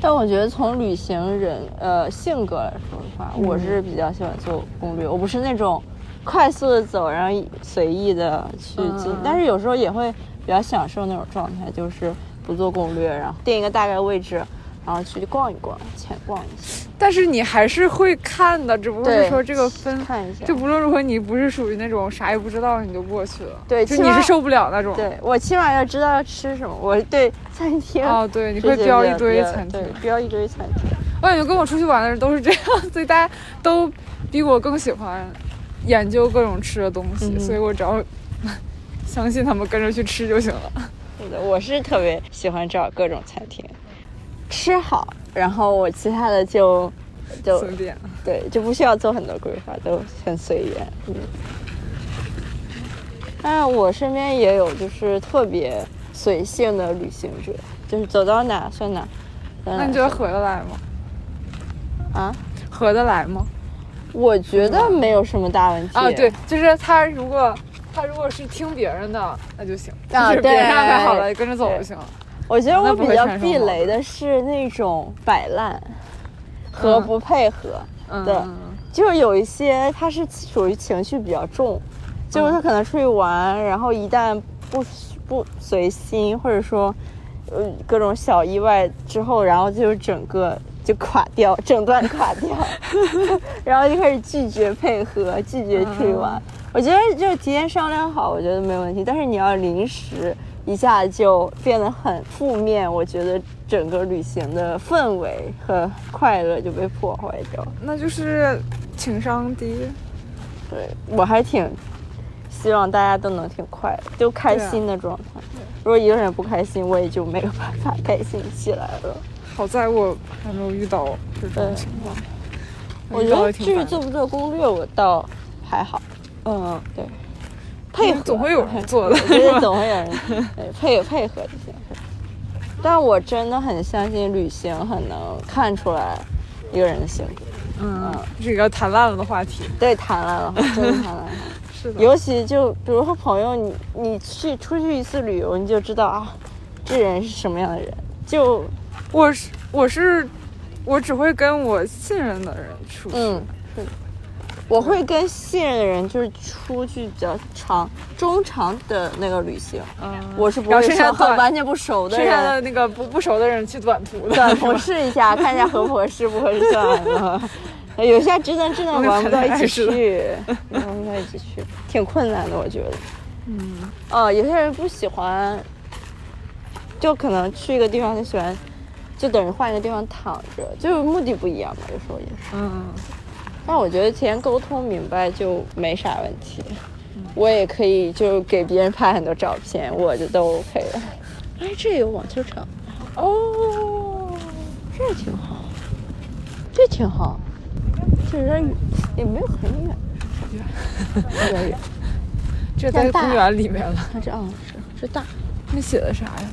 Speaker 2: 但我觉得从旅行人呃性格来说的
Speaker 1: 嗯
Speaker 2: 话，我是比较喜欢做攻略，我不是那种快速的走，然后随意的去进，
Speaker 1: 嗯
Speaker 2: 但是有时候也会比较享受那种状态，就是不做攻略，然后定一个大概位置，然后去逛一逛，浅逛一下，
Speaker 1: 但是你还是会看的，只不过是
Speaker 2: 对
Speaker 1: 说这个分
Speaker 2: 看一下。
Speaker 1: 就不论如何，你不是属于那种啥也不知道你就过去了，
Speaker 2: 对
Speaker 1: 就
Speaker 2: 起
Speaker 1: 你
Speaker 2: 码
Speaker 1: 是受不了那种。
Speaker 2: 对我起码要知道要吃什么，我对餐厅
Speaker 1: 哦，对，你
Speaker 2: 这
Speaker 1: 会
Speaker 2: 些比较。
Speaker 1: 标一堆
Speaker 2: 比较
Speaker 1: 餐厅。
Speaker 2: 对，标一堆餐厅。
Speaker 1: 我感觉跟我出去玩的人都是这样，所以大家都比我更喜欢研究各种吃的东西，
Speaker 2: 嗯
Speaker 1: 所以我只要相信他们跟着去吃就行了。
Speaker 2: 对的，我是特别喜欢找各种餐厅，吃好，然后我其他的就就嗯
Speaker 1: 随便，
Speaker 2: 对就不需要做很多规划，都很随缘。嗯，当然我身边也有就是特别随性的旅行者，就是走到哪算哪。走到哪
Speaker 1: 那你觉得合得来吗？
Speaker 2: 啊？
Speaker 1: 合得来吗？
Speaker 2: 我觉得没有什么大问题
Speaker 1: 嗯啊，对，就是他如果他如如果是听别人的，那就行，
Speaker 2: 啊
Speaker 1: 就是别人
Speaker 2: 对
Speaker 1: 安排好了跟着走就行了。
Speaker 2: 我觉得
Speaker 1: 那
Speaker 2: 我
Speaker 1: 不
Speaker 2: 比
Speaker 1: 会
Speaker 2: 较
Speaker 1: 产生
Speaker 2: 避
Speaker 1: 矛
Speaker 2: 雷的是那种摆烂和
Speaker 1: 嗯
Speaker 2: 不配合。
Speaker 1: 嗯，
Speaker 2: 对就是有一些他是属于情绪比较重，就是他可能出去玩，然后一旦不不随心，或者说，呃，各种小意外之后，然后就是整个就垮掉，整段垮掉，然后就开始拒绝配合，拒绝出去玩。我觉得就是提前商量好，我觉得没问题。但是你要临时一下就变得很负面，我觉得整个旅行的氛围和快乐就被破坏掉。
Speaker 1: 那就是情商低。
Speaker 2: 对我还挺希望大家都能挺快乐，就开心的状态。如果一个人不开心，我也就没有办法开心起来了。
Speaker 1: 好在我还没有遇到这种
Speaker 2: 对
Speaker 1: 情况，
Speaker 2: 我觉
Speaker 1: 遇到
Speaker 2: 得
Speaker 1: 也挺
Speaker 2: 至于
Speaker 1: 烦的
Speaker 2: 做不做攻略，我倒还好。嗯，对，配
Speaker 1: 因
Speaker 2: 合
Speaker 1: 为总会有人做的
Speaker 2: 我 觉得总会有人对配配合就行。但我真的很相信旅行很能看出来一个人的性格。
Speaker 1: 嗯，这个谈烂了的话题。
Speaker 2: 对，谈来了，真的谈来了。
Speaker 1: 是的，
Speaker 2: 尤其就比如和朋友，你你去出去一次旅游，你就知道啊，这人是什么样的人。就
Speaker 1: 我是我是我只会跟我信任的人出去。
Speaker 2: 嗯，是的我会跟信任的人就是出去比较长、中长的那个旅行，
Speaker 1: 嗯
Speaker 2: 我是不
Speaker 1: 然
Speaker 2: 会
Speaker 1: 后剩下
Speaker 2: 说和
Speaker 1: 短
Speaker 2: 完全不熟的
Speaker 1: 剩下
Speaker 2: 人。
Speaker 1: 的那个不不熟的人去短 途的。
Speaker 2: 短途试一下，看一下合不合适，不合适算 了。有些真的真的
Speaker 1: 我跟
Speaker 2: 玩不到一
Speaker 1: 谈恋爱
Speaker 2: 起
Speaker 1: 似的
Speaker 2: 去，玩不到一起去，挺困难的，我觉得。嗯。呃，有些人不喜欢，就可能去一个地方就喜欢，就等于换一个地方躺着，就是目的不一样嘛，有时候也是。
Speaker 1: 嗯，
Speaker 2: 但我觉得提前沟通明白就没啥问题。我也可以就给别人拍很多照片，我就都 OK 了。哎，这有网球场。
Speaker 1: 哦，
Speaker 2: 这挺好，这挺好，这有点远，也没有很远，有点远。
Speaker 1: 这在
Speaker 2: 像大
Speaker 1: 公园里面了。
Speaker 2: 它这啊是这大
Speaker 1: 那写的啥呀？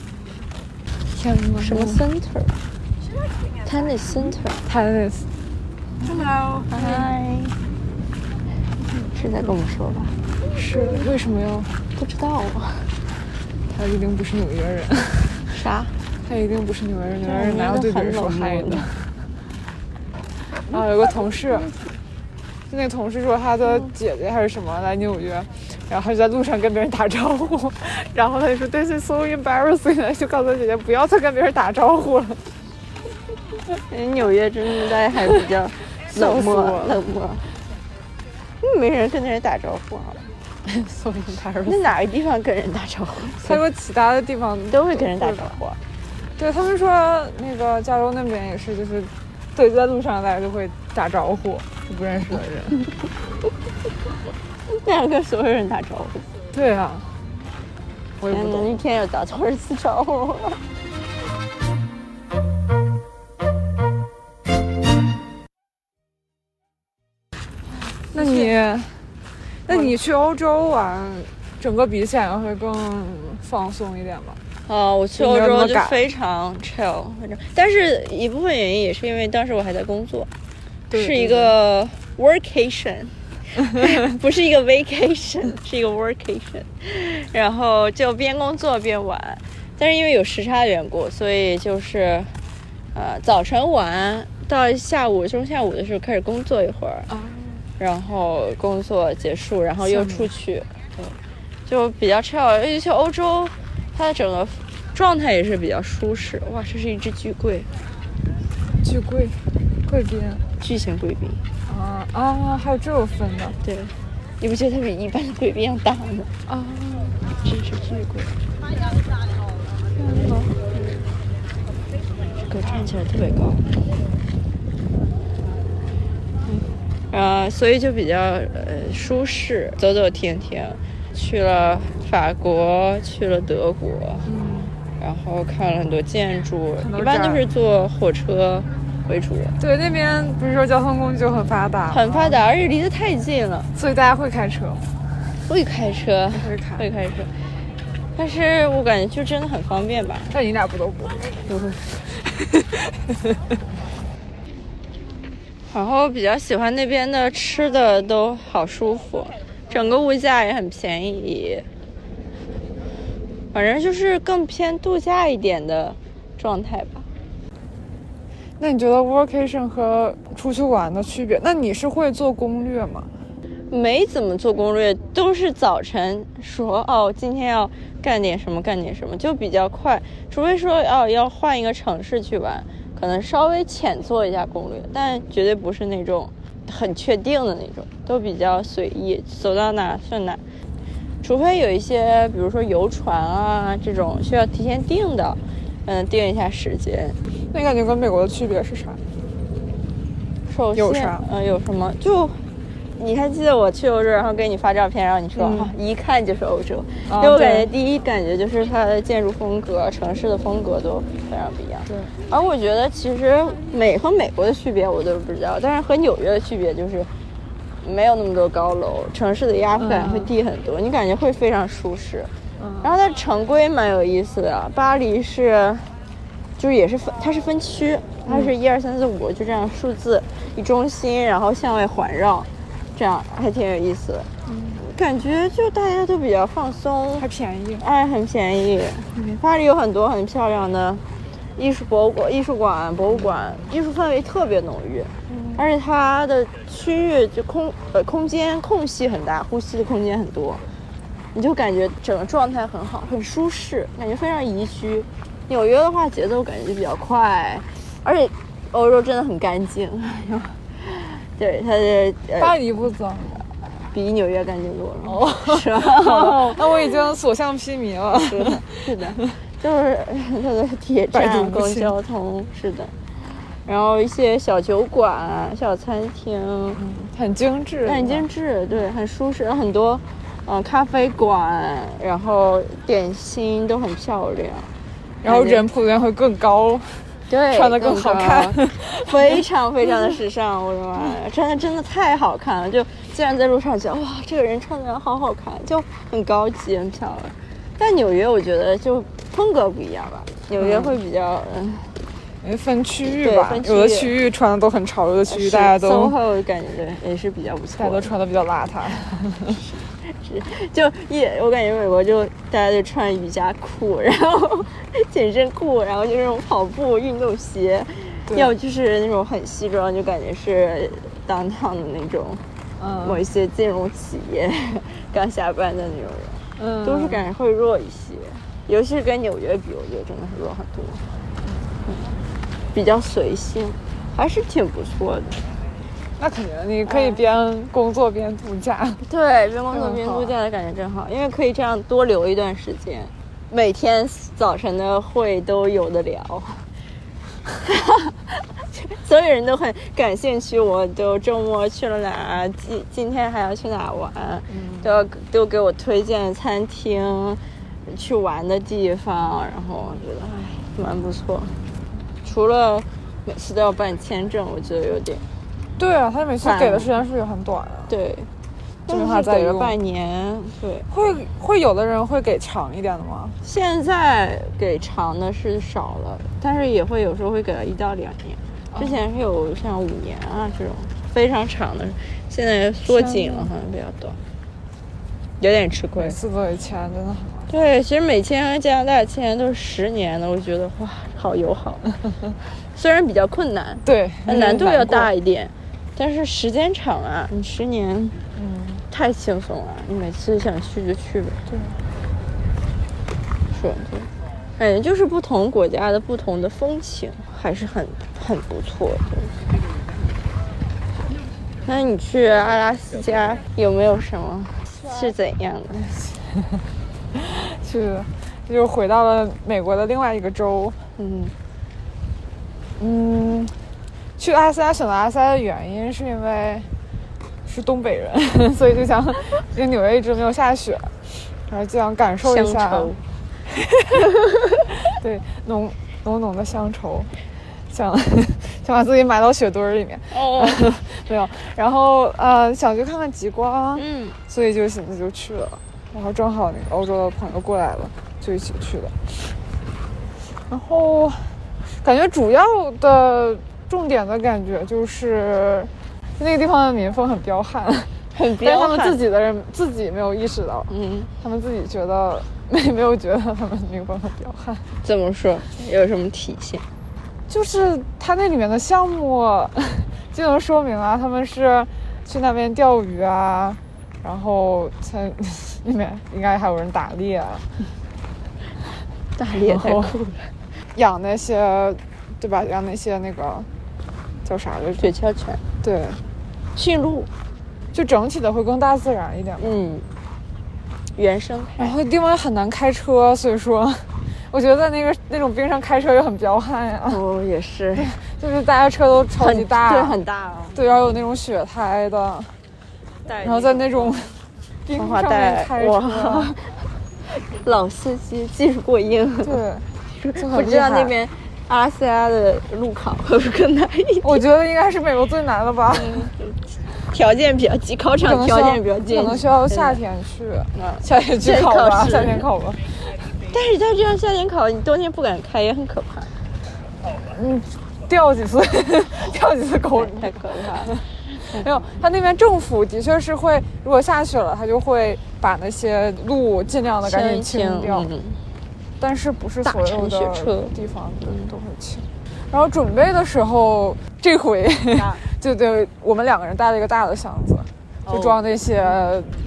Speaker 1: 天呐，
Speaker 2: 什么 center？它那 center。
Speaker 1: tennis？
Speaker 2: 嗨，是在跟我们说吧？
Speaker 1: 是为什么要？
Speaker 2: 不知道啊。
Speaker 1: 他一定不是纽约人，
Speaker 2: 啥？
Speaker 1: 他一定不是纽约人，纽约
Speaker 2: 对
Speaker 1: 人哪有对别人说嗨的？啊，有个同事，就那同事说他的姐姐还是什么来纽约，然后他就在路上跟别人打招呼， 然后他就说 This is so embarrassing，就 告诉他姐姐不要再跟别人打招呼了。
Speaker 2: 人纽约真的大家还比较 冷漠
Speaker 1: 笑死我，了
Speaker 2: 冷漠。嗯没人跟那人打招呼啊？
Speaker 1: so embarrassing。
Speaker 2: 那哪个地方跟人打招呼？
Speaker 1: 他说其他的地方
Speaker 2: 都会跟人打招呼啊。
Speaker 1: 对他们说那个加州那边也是，就是对在路上大家就会打招呼，就不认识的人。
Speaker 2: 那样跟所有人打招呼。
Speaker 1: 对啊，我也不嗯
Speaker 2: 天哪，
Speaker 1: 懂。
Speaker 2: 一天要打多少次招呼？
Speaker 1: 那你，那你去欧洲玩，整个比起来会更放松一点吧？
Speaker 2: 啊，我去
Speaker 1: 有没有
Speaker 2: 欧
Speaker 1: 那
Speaker 2: 洲
Speaker 1: 么
Speaker 2: 就
Speaker 1: 赶
Speaker 2: 非常 chill，反正，但是一部分原因也是因为当时我还在工作，
Speaker 1: 对
Speaker 2: 是一个 workation，不是一个 vacation，是一 个 workation，然 后就边工作边玩，但是因为有时差缘故，所以就是，呃，早晨玩到下午中下午的时候开始工作一会儿，
Speaker 1: 啊，
Speaker 2: 然后工作结束，然后又
Speaker 1: 羡慕
Speaker 2: 出去，对，就比较 chill。而且去欧洲，它的整个状态也是比较舒适。哇，这是一只巨贵，
Speaker 1: 巨贵，贵宾
Speaker 2: 巨型贵宾。
Speaker 1: 啊啊，还有这种分的
Speaker 2: 对，你不觉得它比一般的贵宾要大吗？
Speaker 1: 啊？
Speaker 2: 真是巨贵。嗯这个站起来特别高。嗯，啊，所以就比较呃舒适，走走停停，去了法国，去了德国，
Speaker 1: 嗯
Speaker 2: 然后看了很多建筑
Speaker 1: 很，多
Speaker 2: 一般
Speaker 1: 展
Speaker 2: 都是坐火车为主，
Speaker 1: 对，那边不是说交通工具就很发达，
Speaker 2: 很发，达，而且离得太近了。
Speaker 1: 所以大家会开车吗，
Speaker 2: 会开车，
Speaker 1: 会开
Speaker 2: 会开车，但是我感觉就真的很方便吧。
Speaker 1: 但你俩不都不会？
Speaker 2: 然后比较喜欢那边的吃的都好舒服，整个物价也很便宜，反正就是更偏度假一点的状态吧。
Speaker 1: 那你觉得 workation 和出去玩的区别？那你是会做攻略吗？
Speaker 2: 没怎么做攻略，都是早晨说哦，今天要干点什么，干点什么，就比较快。除非说哦要换一个城市去玩，可能稍微浅做一下攻略，但绝对不是那种很确定的那种，都比较随意，走到哪算哪。除非有一些，比如说游船啊这种需要提前订的，嗯，定一下时间。
Speaker 1: 那你感觉跟美国的区别是啥？
Speaker 2: 首先，
Speaker 1: 有啥
Speaker 2: 呃，有什么？就你还记得我去欧洲，然后给你发照片，然后你说、
Speaker 1: 嗯
Speaker 2: 啊，一看就是欧洲。
Speaker 1: 啊
Speaker 2: 因为我
Speaker 1: 对
Speaker 2: 感觉第一感觉就是它的建筑风格、城市的风格都非常不一样。
Speaker 1: 对，
Speaker 2: 而我觉得其实美和美国的区别我都不知道，但是和纽约的区别就是没有那么多高楼，城市的压迫感
Speaker 1: 嗯
Speaker 2: 会低很多，你感觉会非常舒适。
Speaker 1: 嗯
Speaker 2: 然后它城规蛮有意思的，巴黎是。就是也是分，它是分区，它是一二三四五，就这样数字以中心，然后向外环绕，这样还挺有意思的。感觉就大家都比较放松，
Speaker 1: 还便宜。
Speaker 2: 哎，很便宜。巴黎有很多很漂亮的艺术博物馆、艺术馆、博物馆，艺术氛围特别浓郁，而且它的区域就空呃空间空隙很大，呼吸的空间很多，你就感觉整个状态很好，很舒适，感觉非常宜居。纽约的话，节奏感觉就比较快，而且欧洲真的很干净。 对，它的、
Speaker 1: 巴
Speaker 2: 呃、
Speaker 1: 黎不 脏，
Speaker 2: 比纽约干净多了，是
Speaker 1: 好
Speaker 2: 吧
Speaker 1: 的？那我已经所向披靡了。
Speaker 2: 哦是的，是的， 就是它的铁
Speaker 1: 百毒
Speaker 2: 站、
Speaker 1: 不
Speaker 2: 公
Speaker 1: 侵
Speaker 2: 交通，是的。然后一些小酒馆、啊小餐厅，
Speaker 1: 很精致，
Speaker 2: 很精致，对，很舒适，很多，嗯、咖啡馆，然后点心都很漂亮，
Speaker 1: 然后人普遍会更高，
Speaker 2: 对，
Speaker 1: 穿得更好看
Speaker 2: 高非常非常的时尚，我的妈 呀，穿的真的太好看了！就虽然在路上觉得哇，这个人穿的好好看，就很高级、很漂亮。但纽约我觉得就风格不一样吧，纽约会比较嗯，
Speaker 1: 哎分区域
Speaker 2: 对
Speaker 1: 吧
Speaker 2: 分。区域
Speaker 1: 有的区域穿的都很潮，有的区域大家都
Speaker 2: SOHO 感觉对也是比较不
Speaker 1: 大家
Speaker 2: 错
Speaker 1: 都
Speaker 2: 的。
Speaker 1: 穿的比较邋遢。
Speaker 2: 就一我感觉美国就大家就穿瑜伽裤，然后 紧身裤，然后就那种跑步运动鞋，
Speaker 1: 对
Speaker 2: 要不就是那种很西装，就感觉是 downtown 的那种。某
Speaker 1: 嗯
Speaker 2: 一些金融企业 刚下班的那种人，
Speaker 1: 嗯，
Speaker 2: 都是感觉会弱一些，尤其是跟纽约比，我觉得真的是弱很多，嗯、比较随性，还是挺不错的。
Speaker 1: 那肯定，你可以边工作边度假。
Speaker 2: 对，边工作
Speaker 1: 嗯
Speaker 2: 边
Speaker 1: 好
Speaker 2: 度假的感觉真好，因为可以这样多留一段时间，每天早晨的会都有的聊。 所有人都很感兴趣，我都周末去了哪儿，今今天还要去哪儿玩，
Speaker 1: 嗯
Speaker 2: 都要都给我推荐餐厅、去玩的地方，然后我觉得哎，蛮不错。除了每次都要办签证，我觉得有点
Speaker 1: 对啊，他每次
Speaker 2: 散
Speaker 1: 给的时间数也很短啊。
Speaker 2: 对，
Speaker 1: 这
Speaker 2: 但
Speaker 1: 句
Speaker 2: 是
Speaker 1: 话在
Speaker 2: 给了
Speaker 1: 用
Speaker 2: 半年，对。
Speaker 1: 会会有的人会给长一点的吗？
Speaker 2: 现在给长的是少了，但是也会有时候会给一到两年，之前是有像五年啊这种非常长的，现在缩紧了，好像比较短，有点吃亏
Speaker 1: 每。次都得签，真的很麻
Speaker 2: 对，其实美签和加拿大签都是十年的，我觉得哇，好友 好，虽然比较困难，
Speaker 1: 对，
Speaker 2: 但难度要大
Speaker 1: 一
Speaker 2: 一点，但是时间长啊，你十年
Speaker 1: 嗯，
Speaker 2: 太轻松了，你每次想去就去呗。
Speaker 1: 对，
Speaker 2: 是，对，感觉就是不同国家的不同的风情，还是很很不错的。那你去阿拉斯加有没有什么是怎样的？
Speaker 1: 是的，就是回到了美国的另外一个州，
Speaker 2: 嗯
Speaker 1: 嗯，去阿拉斯加选择阿拉斯加的原因是因为是东北人， 所以就想，因为纽约一直没有下雪，然后就想感受一
Speaker 2: 乡
Speaker 1: 下
Speaker 2: 愁，
Speaker 1: 对浓浓浓的乡愁，想 想把自己埋到雪堆儿里面，
Speaker 2: 哦，
Speaker 1: 没有，然后呃想去看看极光，
Speaker 2: 嗯，
Speaker 1: 所以就寻思就去了，然后正好那个欧洲的朋友过来了，就一起去的。然后感觉主要的重点的感觉就是那个地方的民风很彪悍，
Speaker 2: 很
Speaker 1: 但是他
Speaker 2: 彪
Speaker 1: 们
Speaker 2: 悍
Speaker 1: 自。己的人自己没有意识到，
Speaker 2: 嗯，
Speaker 1: 他们自己觉得 没没有觉得他们民风很彪悍，
Speaker 2: 怎么说？有什么体现？
Speaker 1: 就是它那里面的项目 就能说明啊，他们是去那边钓鱼啊，然后在里面应该还有人打猎啊。
Speaker 2: 大裂太
Speaker 1: 然后
Speaker 2: 酷 了，
Speaker 1: 养那些，对吧？养那些那个叫啥来着
Speaker 2: 雪？橇犬、
Speaker 1: 对，
Speaker 2: 驯鹿，
Speaker 1: 就整体的会更大自然一点。
Speaker 2: 嗯，原生
Speaker 1: 然后地方也很难开车，所以说， 我觉得在那个那种冰上开车也很彪悍呀、
Speaker 2: 哦，也是
Speaker 1: 就是大家车都超级
Speaker 2: 很
Speaker 1: 大，
Speaker 2: 对，很大哦。
Speaker 1: 对，然后有那种雪胎的，
Speaker 2: 然
Speaker 1: 然后在那种冰
Speaker 2: 防滑
Speaker 1: 上面
Speaker 2: 哎带
Speaker 1: 开车啊
Speaker 2: 哇，老司机技术过 硬，
Speaker 1: 对，就
Speaker 2: 不
Speaker 1: 很
Speaker 2: 知
Speaker 1: 厉
Speaker 2: 道
Speaker 1: 害。
Speaker 2: 那边阿拉斯加的路考 会不会更难一 点？
Speaker 1: 我觉得应该是美国最难的 吧，
Speaker 2: 条件比较急，考
Speaker 1: 可
Speaker 2: 场
Speaker 1: 能
Speaker 2: 条
Speaker 1: 需要
Speaker 2: 件比较
Speaker 1: 可
Speaker 2: 艰
Speaker 1: 能
Speaker 2: 难
Speaker 1: 需。要夏天去，
Speaker 2: 嗯
Speaker 1: 夏天去
Speaker 2: 夏天
Speaker 1: 考
Speaker 2: 考
Speaker 1: 吧，
Speaker 2: 试
Speaker 1: 夏天考吧。
Speaker 2: 但是他这样夏天考，你冬天不敢开也很可怕，
Speaker 1: 嗯，掉几次， 掉几次狗
Speaker 2: 太可怕了。
Speaker 1: 没有，他那边政府的确是会，如果下雪了，他就会把那些路尽量的赶紧清掉，
Speaker 2: 嗯
Speaker 1: 但是不是所有
Speaker 2: 大
Speaker 1: 的
Speaker 2: 铲雪车
Speaker 1: 地方都都会清。然后准备的时 候，这回 就对我们两个人带了一个大的箱子，就
Speaker 2: 哦
Speaker 1: 装那些、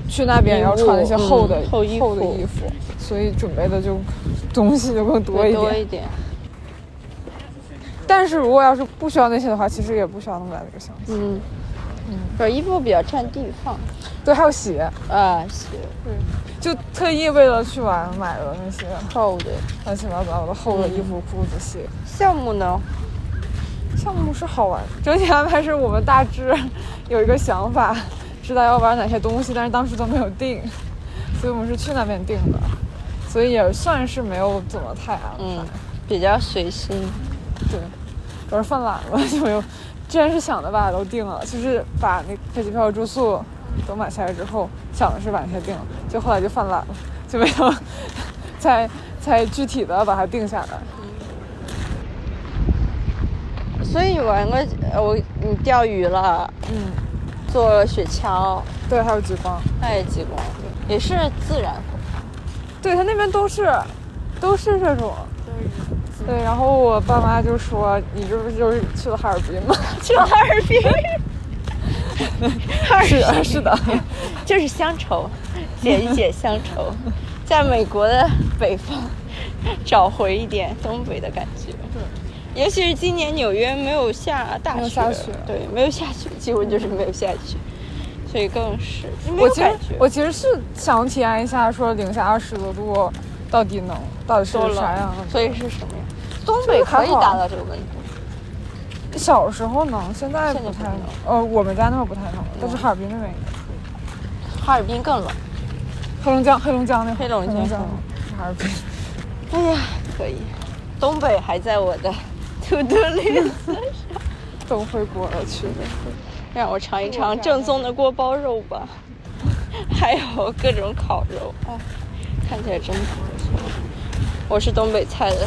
Speaker 1: 去那边
Speaker 2: 衣
Speaker 1: 要穿那
Speaker 2: 物
Speaker 1: 些厚的、
Speaker 2: 嗯厚衣
Speaker 1: 的
Speaker 2: 服
Speaker 1: 衣服，所以准备的就东西就更多
Speaker 2: 多
Speaker 1: 一
Speaker 2: 多
Speaker 1: 点。
Speaker 2: 一点，
Speaker 1: 但是如果要是不需要那些的话，其实也不需要那么大的一个箱子。
Speaker 2: 嗯。对，衣服比较占地方，
Speaker 1: 对，还有鞋，
Speaker 2: 啊，是
Speaker 1: 就特意为了去玩买了那些
Speaker 2: 厚的。
Speaker 1: 乱七八糟的厚的衣
Speaker 2: 嗯
Speaker 1: 服、裤子、鞋。
Speaker 2: 项目呢？
Speaker 1: 项目是好玩，整体安排是我们大致有一个想法，知道要玩哪些东西，但是当时都没有定， 所以我们是去那边定的，所以也算是没有怎么太安排，
Speaker 2: 嗯，比较随心。
Speaker 1: 对，主要是犯懒了，就没有。之前是想的吧，都定了，就是把那飞机票、住宿都买下来之后，想的是把那些定了，就后来就犯懒了，就没有 才才具体的把它定下来。
Speaker 2: 所以你玩过，呃我你钓鱼了，
Speaker 1: 嗯，
Speaker 2: 坐了雪橇，
Speaker 1: 对，还有极光。
Speaker 2: 爱极光，也是自然风
Speaker 1: 对他那边都是，都是这种。对，然后我爸妈就说：“你这不是就是去了哈尔滨吗
Speaker 2: 去了哈尔 滨，哈？”尔
Speaker 1: 是
Speaker 2: 滨
Speaker 1: 的，是的，
Speaker 2: 就是乡愁，解一解乡愁， 在美国的北方找回一点东北的感觉。对，尤其是今年纽约没有下大
Speaker 1: 没
Speaker 2: 雪，
Speaker 1: 有下雪
Speaker 2: 对，没有下雪，几乎就是没有下雪，所以更是 没
Speaker 1: 我
Speaker 2: 有
Speaker 1: 其
Speaker 2: 感
Speaker 1: 实
Speaker 2: 觉。
Speaker 1: 我其实是想体验一下，说零下二十多度到底能到底是
Speaker 2: 多
Speaker 1: 啥样
Speaker 2: 冷，
Speaker 1: 的。
Speaker 2: 所以是什么呀？东北
Speaker 1: 还
Speaker 2: 可以
Speaker 1: 好
Speaker 2: 达到这个温度。
Speaker 1: 小时候能，现在
Speaker 2: 现在
Speaker 1: 不
Speaker 2: 不
Speaker 1: 太能
Speaker 2: 能。
Speaker 1: 呃，我们家那边不太能，但是哈尔滨那边应该
Speaker 2: 哈尔滨更冷。
Speaker 1: 黑龙江黑龙江那会儿
Speaker 2: 黑龙江
Speaker 1: 黑龙江是哈尔滨。
Speaker 2: 哎呀，可以，东 北还在我的 to do list。
Speaker 1: 等回国了去的。
Speaker 2: 让我尝一尝正宗的锅包肉吧，还有各种烤肉，哎，看起来真不错。我是东北菜的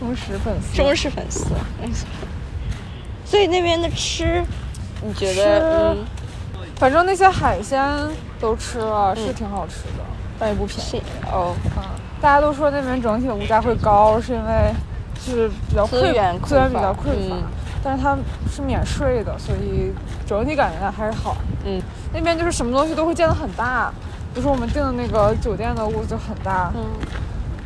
Speaker 1: 忠实粉丝。
Speaker 2: 忠实粉丝，没错。所以那边的吃，你觉
Speaker 1: 吃
Speaker 2: 得嗯
Speaker 1: 反正那些海鲜都吃了，是挺好吃的，但也不便宜。
Speaker 2: 是哦，
Speaker 1: 大家都说那边整体的物价会高，是因为就是比较
Speaker 2: 资
Speaker 1: 匮
Speaker 2: 源
Speaker 1: 资源比
Speaker 2: 匮乏
Speaker 1: 较匮乏，
Speaker 2: 嗯
Speaker 1: 但是它是免税的，所以整体感觉还是好。
Speaker 2: 嗯，
Speaker 1: 那边就是什么东西都会建得很大，比如说我们订的那个酒店的屋子就很大，
Speaker 2: 嗯，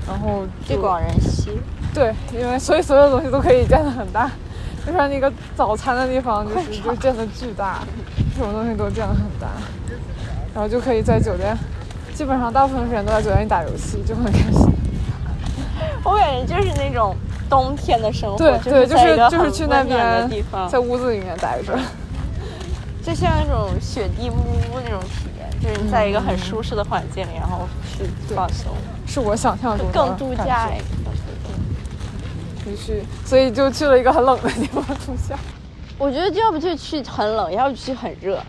Speaker 1: 然后
Speaker 2: 地
Speaker 1: 就
Speaker 2: 广人稀，
Speaker 1: 对，因为所以所有东西都可以建得很大，就像那个早餐的地方，就
Speaker 2: 快
Speaker 1: 是
Speaker 2: 点
Speaker 1: 就建得巨大，什么东西都建得很大，然后就可以在酒店，基本上大部分时间都在酒店里打游戏，就很开心。
Speaker 2: 我感觉就是那种冬天的生活，
Speaker 1: 对对，
Speaker 2: 哦就
Speaker 1: 就是
Speaker 2: 在一
Speaker 1: 是
Speaker 2: 个
Speaker 1: 就是
Speaker 2: 很
Speaker 1: 去那
Speaker 2: 温暖的
Speaker 1: 边
Speaker 2: 地方，
Speaker 1: 在屋子里面待着，
Speaker 2: 就像那种雪地木屋那种体验，就是你在一个很舒适的环境里，然后
Speaker 1: 嗯
Speaker 2: 去放松，
Speaker 1: 是我想象中的
Speaker 2: 更度
Speaker 1: 感
Speaker 2: 假
Speaker 1: 觉
Speaker 2: 一个。
Speaker 1: 必须，所以就去了一个很冷的地方度假。
Speaker 2: 我觉得要不就去很冷，要不去很热，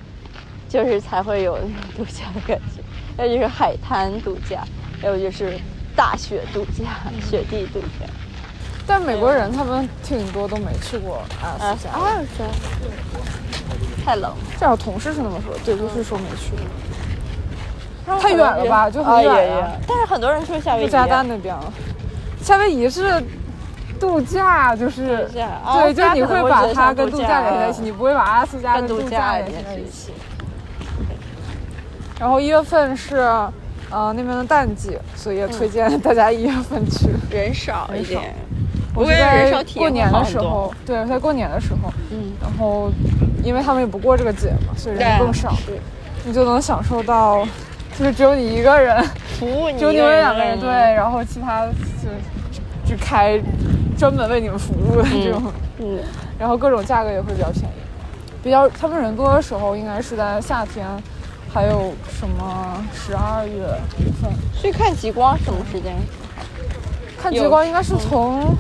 Speaker 2: 就是才会有那种度假的感觉。要不就是海滩度假，要不就是大雪度假、
Speaker 1: 嗯
Speaker 2: 雪地度假。
Speaker 1: 但美国人他们挺多都没去过阿拉斯加，
Speaker 2: 啊二三，太冷了。
Speaker 1: 至少同事是那么说，对，就是说没去过。太远了吧，就很
Speaker 2: 啊也
Speaker 1: 远
Speaker 2: 也
Speaker 1: 呀、
Speaker 2: 但是很多人说夏威
Speaker 1: 就
Speaker 2: 夷，
Speaker 1: 加拿大那边了。夏威夷是度假，就是
Speaker 2: 度假啊
Speaker 1: 对，就是
Speaker 2: 大家
Speaker 1: 你
Speaker 2: 可
Speaker 1: 会
Speaker 2: 能会觉
Speaker 1: 把
Speaker 2: 得
Speaker 1: 它
Speaker 2: 像
Speaker 1: 跟
Speaker 2: 度
Speaker 1: 度
Speaker 2: 假
Speaker 1: 假联系在一起，
Speaker 2: 啊
Speaker 1: 你不会把阿拉斯加
Speaker 2: 跟
Speaker 1: 跟
Speaker 2: 度
Speaker 1: 度
Speaker 2: 假
Speaker 1: 假
Speaker 2: 也
Speaker 1: 联系在一
Speaker 2: 是
Speaker 1: 起。然后一月份是，呃，那边的淡季，所以也
Speaker 2: 嗯
Speaker 1: 推荐大家一月份去。
Speaker 2: 人少一
Speaker 1: 人少
Speaker 2: 点。
Speaker 1: 我
Speaker 2: 我
Speaker 1: 是
Speaker 2: 感觉人少
Speaker 1: 在
Speaker 2: 体
Speaker 1: 过
Speaker 2: 验会
Speaker 1: 年
Speaker 2: 好
Speaker 1: 的
Speaker 2: 很
Speaker 1: 时
Speaker 2: 多
Speaker 1: 候，对，我在过年的时候，
Speaker 2: 嗯，
Speaker 1: 然后因为他们也不过这个节嘛，所以人
Speaker 2: 对
Speaker 1: 更少，
Speaker 2: 是
Speaker 1: 你就能享受到，就是只有你一个人，
Speaker 2: 服务你，
Speaker 1: 只有你们两个人，对，，然后其他就就开专门为你们服务的这种，
Speaker 2: 嗯，
Speaker 1: 然后各种价格也会比较便宜，比较他们人多的时候应该是在夏天，还有什么十二月份。
Speaker 2: 去看极光什么时间？
Speaker 1: 看
Speaker 2: 有
Speaker 1: 极光应该是从，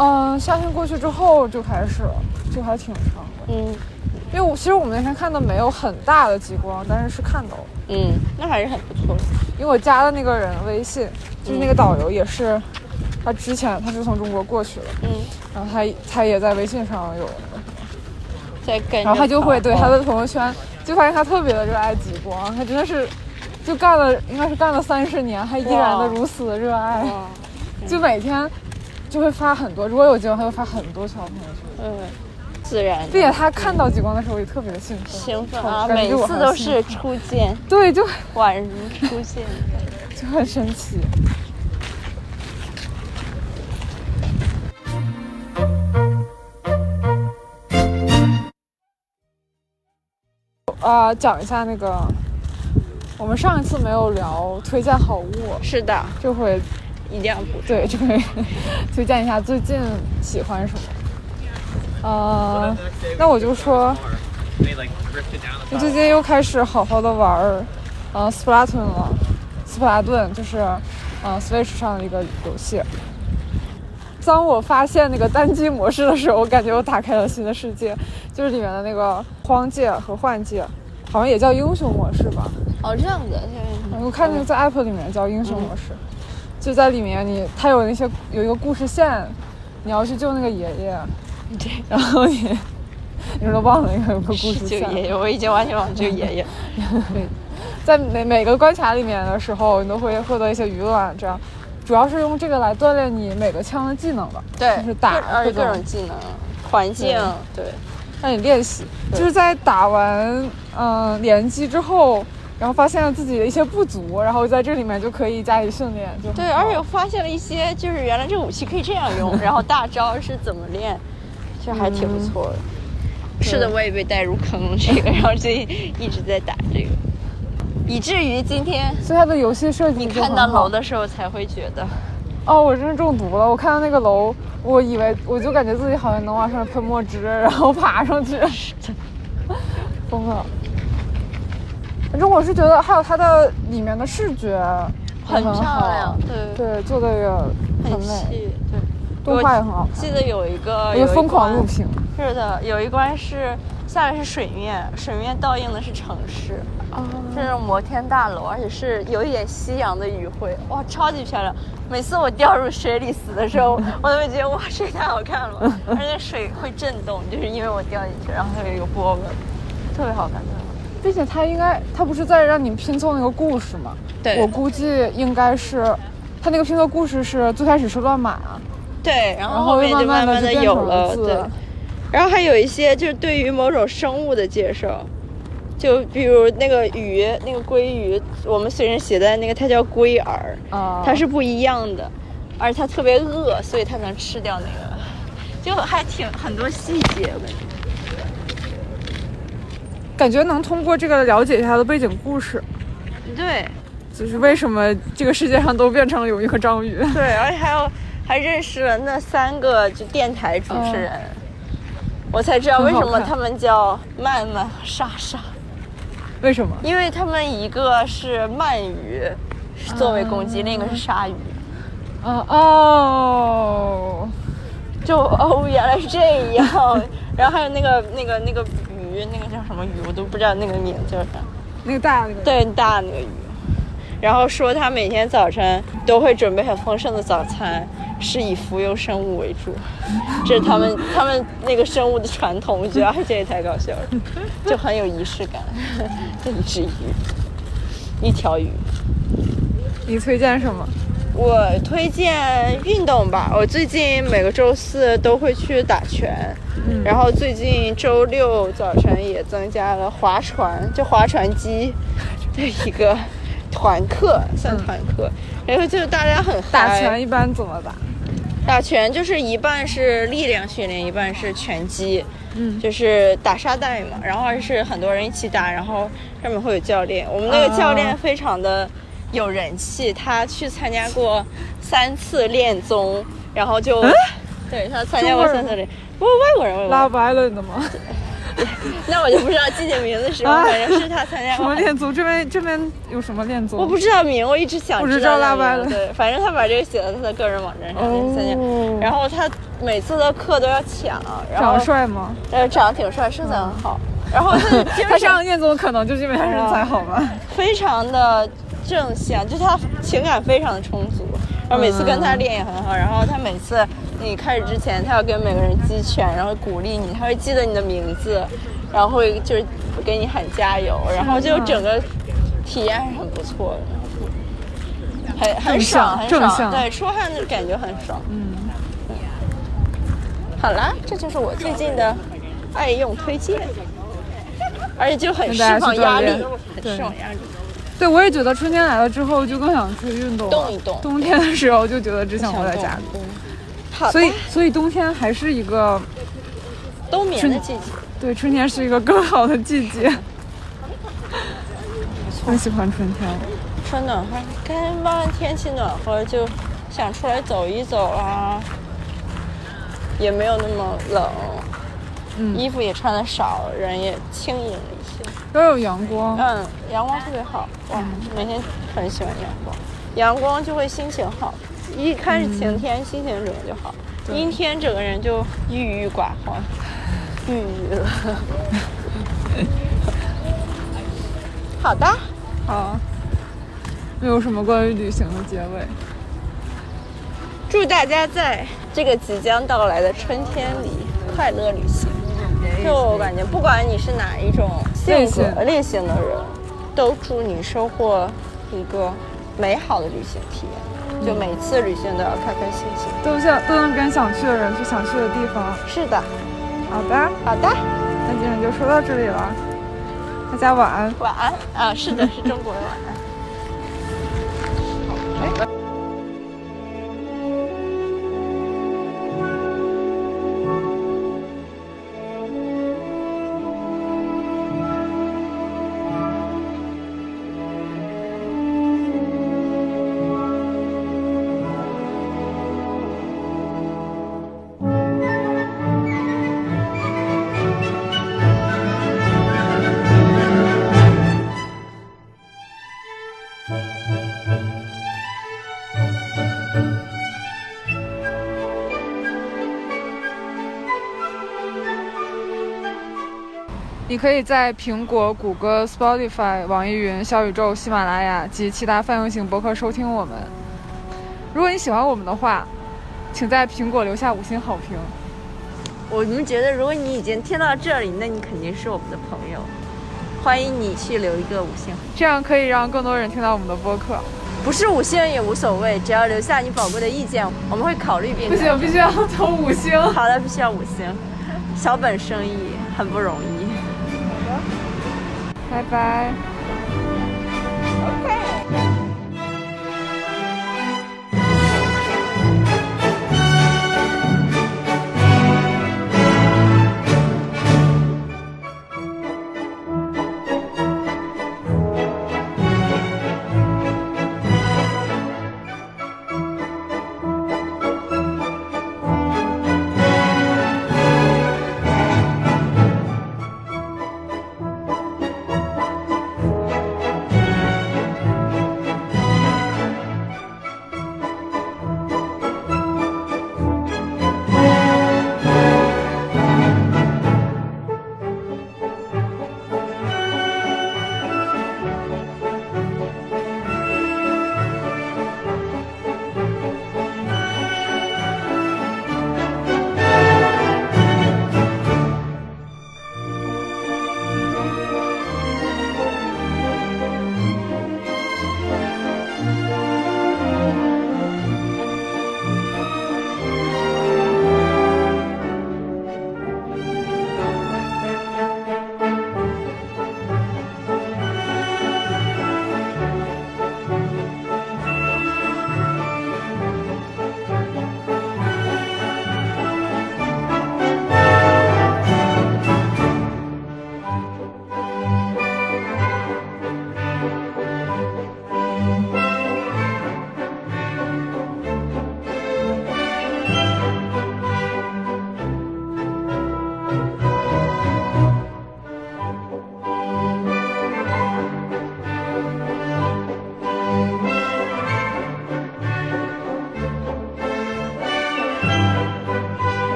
Speaker 1: 嗯、夏天过去之后就开始了，就还挺长的。
Speaker 2: 嗯
Speaker 1: 因为我其实我们那天看的没有很大的极光，但是是看到了。
Speaker 2: 嗯，那还是很不错的。
Speaker 1: 因为我加的那个人微信，就是那
Speaker 2: 嗯
Speaker 1: 个导游也是，他之前他是从中国过去的，
Speaker 2: 嗯，
Speaker 1: 然后他他也在微信上有，
Speaker 2: 再跟着跑，
Speaker 1: 然后他就会对
Speaker 2: 哦
Speaker 1: 他的朋友圈就发现他特别的热爱极光，他真的是。就干了，应该是干了三十年，还依然的
Speaker 2: 哇
Speaker 1: 如此的热爱，
Speaker 2: 哇
Speaker 1: 就每天就会发很多，如果有极光，他会发很多条朋友圈。
Speaker 2: 嗯，自然
Speaker 1: 并且他看到极光的时候也特别的兴奋，
Speaker 2: 兴奋啊，
Speaker 1: 感觉
Speaker 2: 每
Speaker 1: 我
Speaker 2: 次
Speaker 1: 还
Speaker 2: 都
Speaker 1: 兴
Speaker 2: 是初见，
Speaker 1: 对，就
Speaker 2: 宛如初见。
Speaker 1: 就很神奇。啊，讲一下那个，我们上一次没有聊推荐好物，
Speaker 2: 是的，
Speaker 1: 这回
Speaker 2: 一定要补充。
Speaker 1: 对这回 推荐一下最近喜欢什么。呃，那我就说，
Speaker 4: They like ripped it down.
Speaker 1: 我最近又开始好好的玩儿，呃，Splatoon 了。斯普拉顿就是，呃，Switch 上的一个游戏。当我发现那个单机模式的时候，我感觉我打开了新的世界，就是里面的那个荒界和幻界，好像也叫英雄模式吧。
Speaker 2: 哦，这样子，就是
Speaker 1: 我看那个在 App 里面叫英雄模式，就在里面你它有那些有一个故事线，你要去救那个爷爷，
Speaker 2: 嗯
Speaker 1: 然后你 你们都忘了那个有个故事
Speaker 2: 是舅
Speaker 1: 线，
Speaker 2: 爷爷，我已经完 全忘记舅爷爷。
Speaker 1: 在每每个关卡里面的时候，你都会获得一些娱乐啊，这样，主要是用这个来锻炼你每个枪的技能吧，
Speaker 2: 对，
Speaker 1: 就是打
Speaker 2: 各而且
Speaker 1: 各
Speaker 2: 各
Speaker 1: 种
Speaker 2: 种技能、环境，对，
Speaker 1: 让你练习。就是在打完嗯、呃联机之后，然后发现了自己的一些不足，然后在这里面就可以加以训练，就很
Speaker 2: 对，
Speaker 1: 好
Speaker 2: 而且我发现了一些，就是原来这个武器可以这样用， 然后大招是怎么练，就还挺不错的。嗯是的，我也被带入坑了这个， 然后就一直在打这个，以至于今天
Speaker 1: 所以它的游戏设计
Speaker 2: 你
Speaker 1: 就
Speaker 2: 看到
Speaker 1: 很好
Speaker 2: 楼的时候才会觉得，
Speaker 1: 哦，我真是中毒了！我看到那个楼，我以为我就感觉自己好像能往上喷墨汁，然后爬上去， 疯了。反正我是觉得，还有它的里面的视觉也
Speaker 2: 很
Speaker 1: 好
Speaker 2: 漂亮，，对，
Speaker 1: 对，做的也很
Speaker 2: 很
Speaker 1: 美，
Speaker 2: 细，对。
Speaker 1: 动画也很好看
Speaker 2: 记得有一个
Speaker 1: 我就疯狂录，屏。
Speaker 2: 有一关是的，有一关是。下面是水面，水面倒映的是城市，这是摩天大楼，而且是有一点夕阳的余晖，哇，超级漂亮！每次我掉入水里死的时候，我都会觉得哇，水太好看了，而且水会震动，就是因为我掉进去，然后它有一个波纹，特别好看。特别好看
Speaker 1: 并且它应该，它不是在让你拼凑那个故事吗？
Speaker 2: 对
Speaker 1: 我估计应该是，它那个拼凑故事是最开始是乱码啊，
Speaker 2: 对，
Speaker 1: 然
Speaker 2: 然后
Speaker 1: 后
Speaker 2: 后面
Speaker 1: 慢
Speaker 2: 就
Speaker 1: 慢地
Speaker 2: 慢
Speaker 1: 就
Speaker 2: 的
Speaker 1: 变
Speaker 2: 有
Speaker 1: 成
Speaker 2: 了，
Speaker 1: 了字
Speaker 2: 对。然后还有一些就是对于某种生物的介绍，就比如那个鱼，那个鲑鱼，我们随身携带那个，它叫龟儿，
Speaker 1: 啊
Speaker 2: 它是不一样的，而且它特别饿，所以它能吃掉那个，就还挺很多细节，我感觉。
Speaker 1: 感觉能通过这个了解一下它的背景故事，
Speaker 2: 对
Speaker 1: 就是为什么这个世界上都变成了有一个章鱼。
Speaker 2: 对，而且还有还认识了那三个就电台主持人，我才知道为
Speaker 1: 哦很好
Speaker 2: 什么
Speaker 1: 看
Speaker 2: 他们叫曼曼莎莎。
Speaker 1: 为什么？
Speaker 2: 因为他们一个是鳗鱼是作为攻击，另一个是鲨鱼。
Speaker 1: 啊哦，
Speaker 2: 就哦，原来是这样。然后还有那个那个那个鱼，那个叫什么鱼，我都不知道那个名字叫啥。
Speaker 1: 那个大那个。
Speaker 2: 对，大那个鱼。然后说他每天早晨都会准备很丰盛的早餐，是以浮游生物为主，这是他们他们那个生物的传统。我觉得这也太搞笑了，就很有仪式感。 这一只鱼，一条鱼。
Speaker 1: 你推荐什么？
Speaker 2: 我推荐运动吧，我最近每个周四都会去打拳，
Speaker 1: 嗯
Speaker 2: 然后最近周六早晨也增加了划船，就划船机的一个团课，算团课。然后就是大家很
Speaker 1: 嗯打
Speaker 2: 嗨
Speaker 1: 拳一般怎么打？
Speaker 2: 打拳就是一半是力量训练，一半是拳击，
Speaker 1: 嗯
Speaker 2: 就是打沙袋嘛。然后是很多人一起打，然后上面会有教练。我们
Speaker 1: 哦
Speaker 2: 那个教练非常的有人气，他去参加过三次练宗，然后就，
Speaker 1: 啊
Speaker 2: 对他参加过三次练，不是外国人，外国
Speaker 1: 拉
Speaker 2: 人，
Speaker 1: 不 Island 的吗？
Speaker 2: 那我就不知道具体名字是什么，
Speaker 1: 啊
Speaker 2: 反正是他参加
Speaker 1: 什
Speaker 2: 过
Speaker 1: 么
Speaker 2: 很
Speaker 1: 恋足？这边这边有什么恋足？
Speaker 2: 我不知道名，我一直想
Speaker 1: 我只
Speaker 2: 知
Speaker 1: 知道
Speaker 2: 道
Speaker 1: 拉
Speaker 2: 名
Speaker 1: 歪了
Speaker 2: 对，反正他把这个写到他的个人网站上面参加
Speaker 1: 哦，
Speaker 2: 然后他每次的课都要抢，然
Speaker 1: 长
Speaker 2: 后
Speaker 1: 得，帅吗？
Speaker 2: 呃，长得挺帅，身材很好，然后他
Speaker 1: 他
Speaker 2: 就是
Speaker 1: 上恋足可能就是因为他身材好吧。
Speaker 2: 非常的正向，就他情感非常的充足，然后每次跟他练也很好，然后他每次你开始之前，他要跟每个人击拳，然后鼓励你，他会记得你的名字，然后会就是给你喊加油，然后就整个体验还是很不错的，很很爽，很
Speaker 1: 正向正
Speaker 2: 爽，
Speaker 1: 向
Speaker 2: 对，出汗的感觉很爽，嗯。好啦，这就是我最近的爱用推荐，而且就很
Speaker 1: 跟
Speaker 2: 释
Speaker 1: 大家去
Speaker 2: 放
Speaker 1: 锻
Speaker 2: 压力
Speaker 1: 炼，
Speaker 2: 很
Speaker 1: 对
Speaker 2: 释放压力。
Speaker 1: 对，我也觉得春天来了之后就更想去运动了，
Speaker 2: 动一啊动
Speaker 1: 冬天的时候就觉得只想窝在家里，
Speaker 2: 好
Speaker 1: 所以所以冬天还是一个
Speaker 2: 冬眠
Speaker 1: 春
Speaker 2: 的季节，
Speaker 1: 对春天是一个更好的季 节。很喜欢春天了，
Speaker 2: 穿暖和，看慢慢天气暖和，就想出来走一走啊，也没有那么冷，
Speaker 1: 嗯
Speaker 2: 衣服也穿的少，人也轻盈了一些。
Speaker 1: 都有阳光，
Speaker 2: 嗯，阳光特别好，哇，每天很喜欢阳光，阳光就会心情好，一开始晴天、心情整个就好，阴天整个人就郁郁寡欢，嗯郁郁了。 好的，
Speaker 1: 好，没有什么关于旅行的结尾。
Speaker 2: 祝大家在这个即将到来的春天里快乐旅行。就我感觉，不管你是哪一种性格类型的人，都祝你收获一个美好的旅行体验。就每次旅行都要开开心心。
Speaker 1: 都想都能跟想去的人去想去的地方。
Speaker 2: 是的，
Speaker 1: 好的，
Speaker 2: 好的，
Speaker 1: 那今天就说到这里了，大家晚安。
Speaker 2: 晚安啊！是的，是中国的晚安。
Speaker 1: 你可以在苹果、谷歌、Spotify、网易云、小宇宙、喜马拉雅及其他泛用型博客收听我们。如果你喜欢我们的话，请在苹果留下五星好评。
Speaker 2: 我们觉得，如果你已经听到这里，那你肯定是我们的朋友，欢迎你去留一个五星，
Speaker 1: 这样可以让更多人听到我们的播客。
Speaker 2: 不是五星也无所谓，只要留下你宝贵的意见，我们会考虑并
Speaker 1: 不行，必须要投五星。
Speaker 2: 好的，必须要五星，小本生意很不容易。
Speaker 1: 拜拜。
Speaker 2: OK。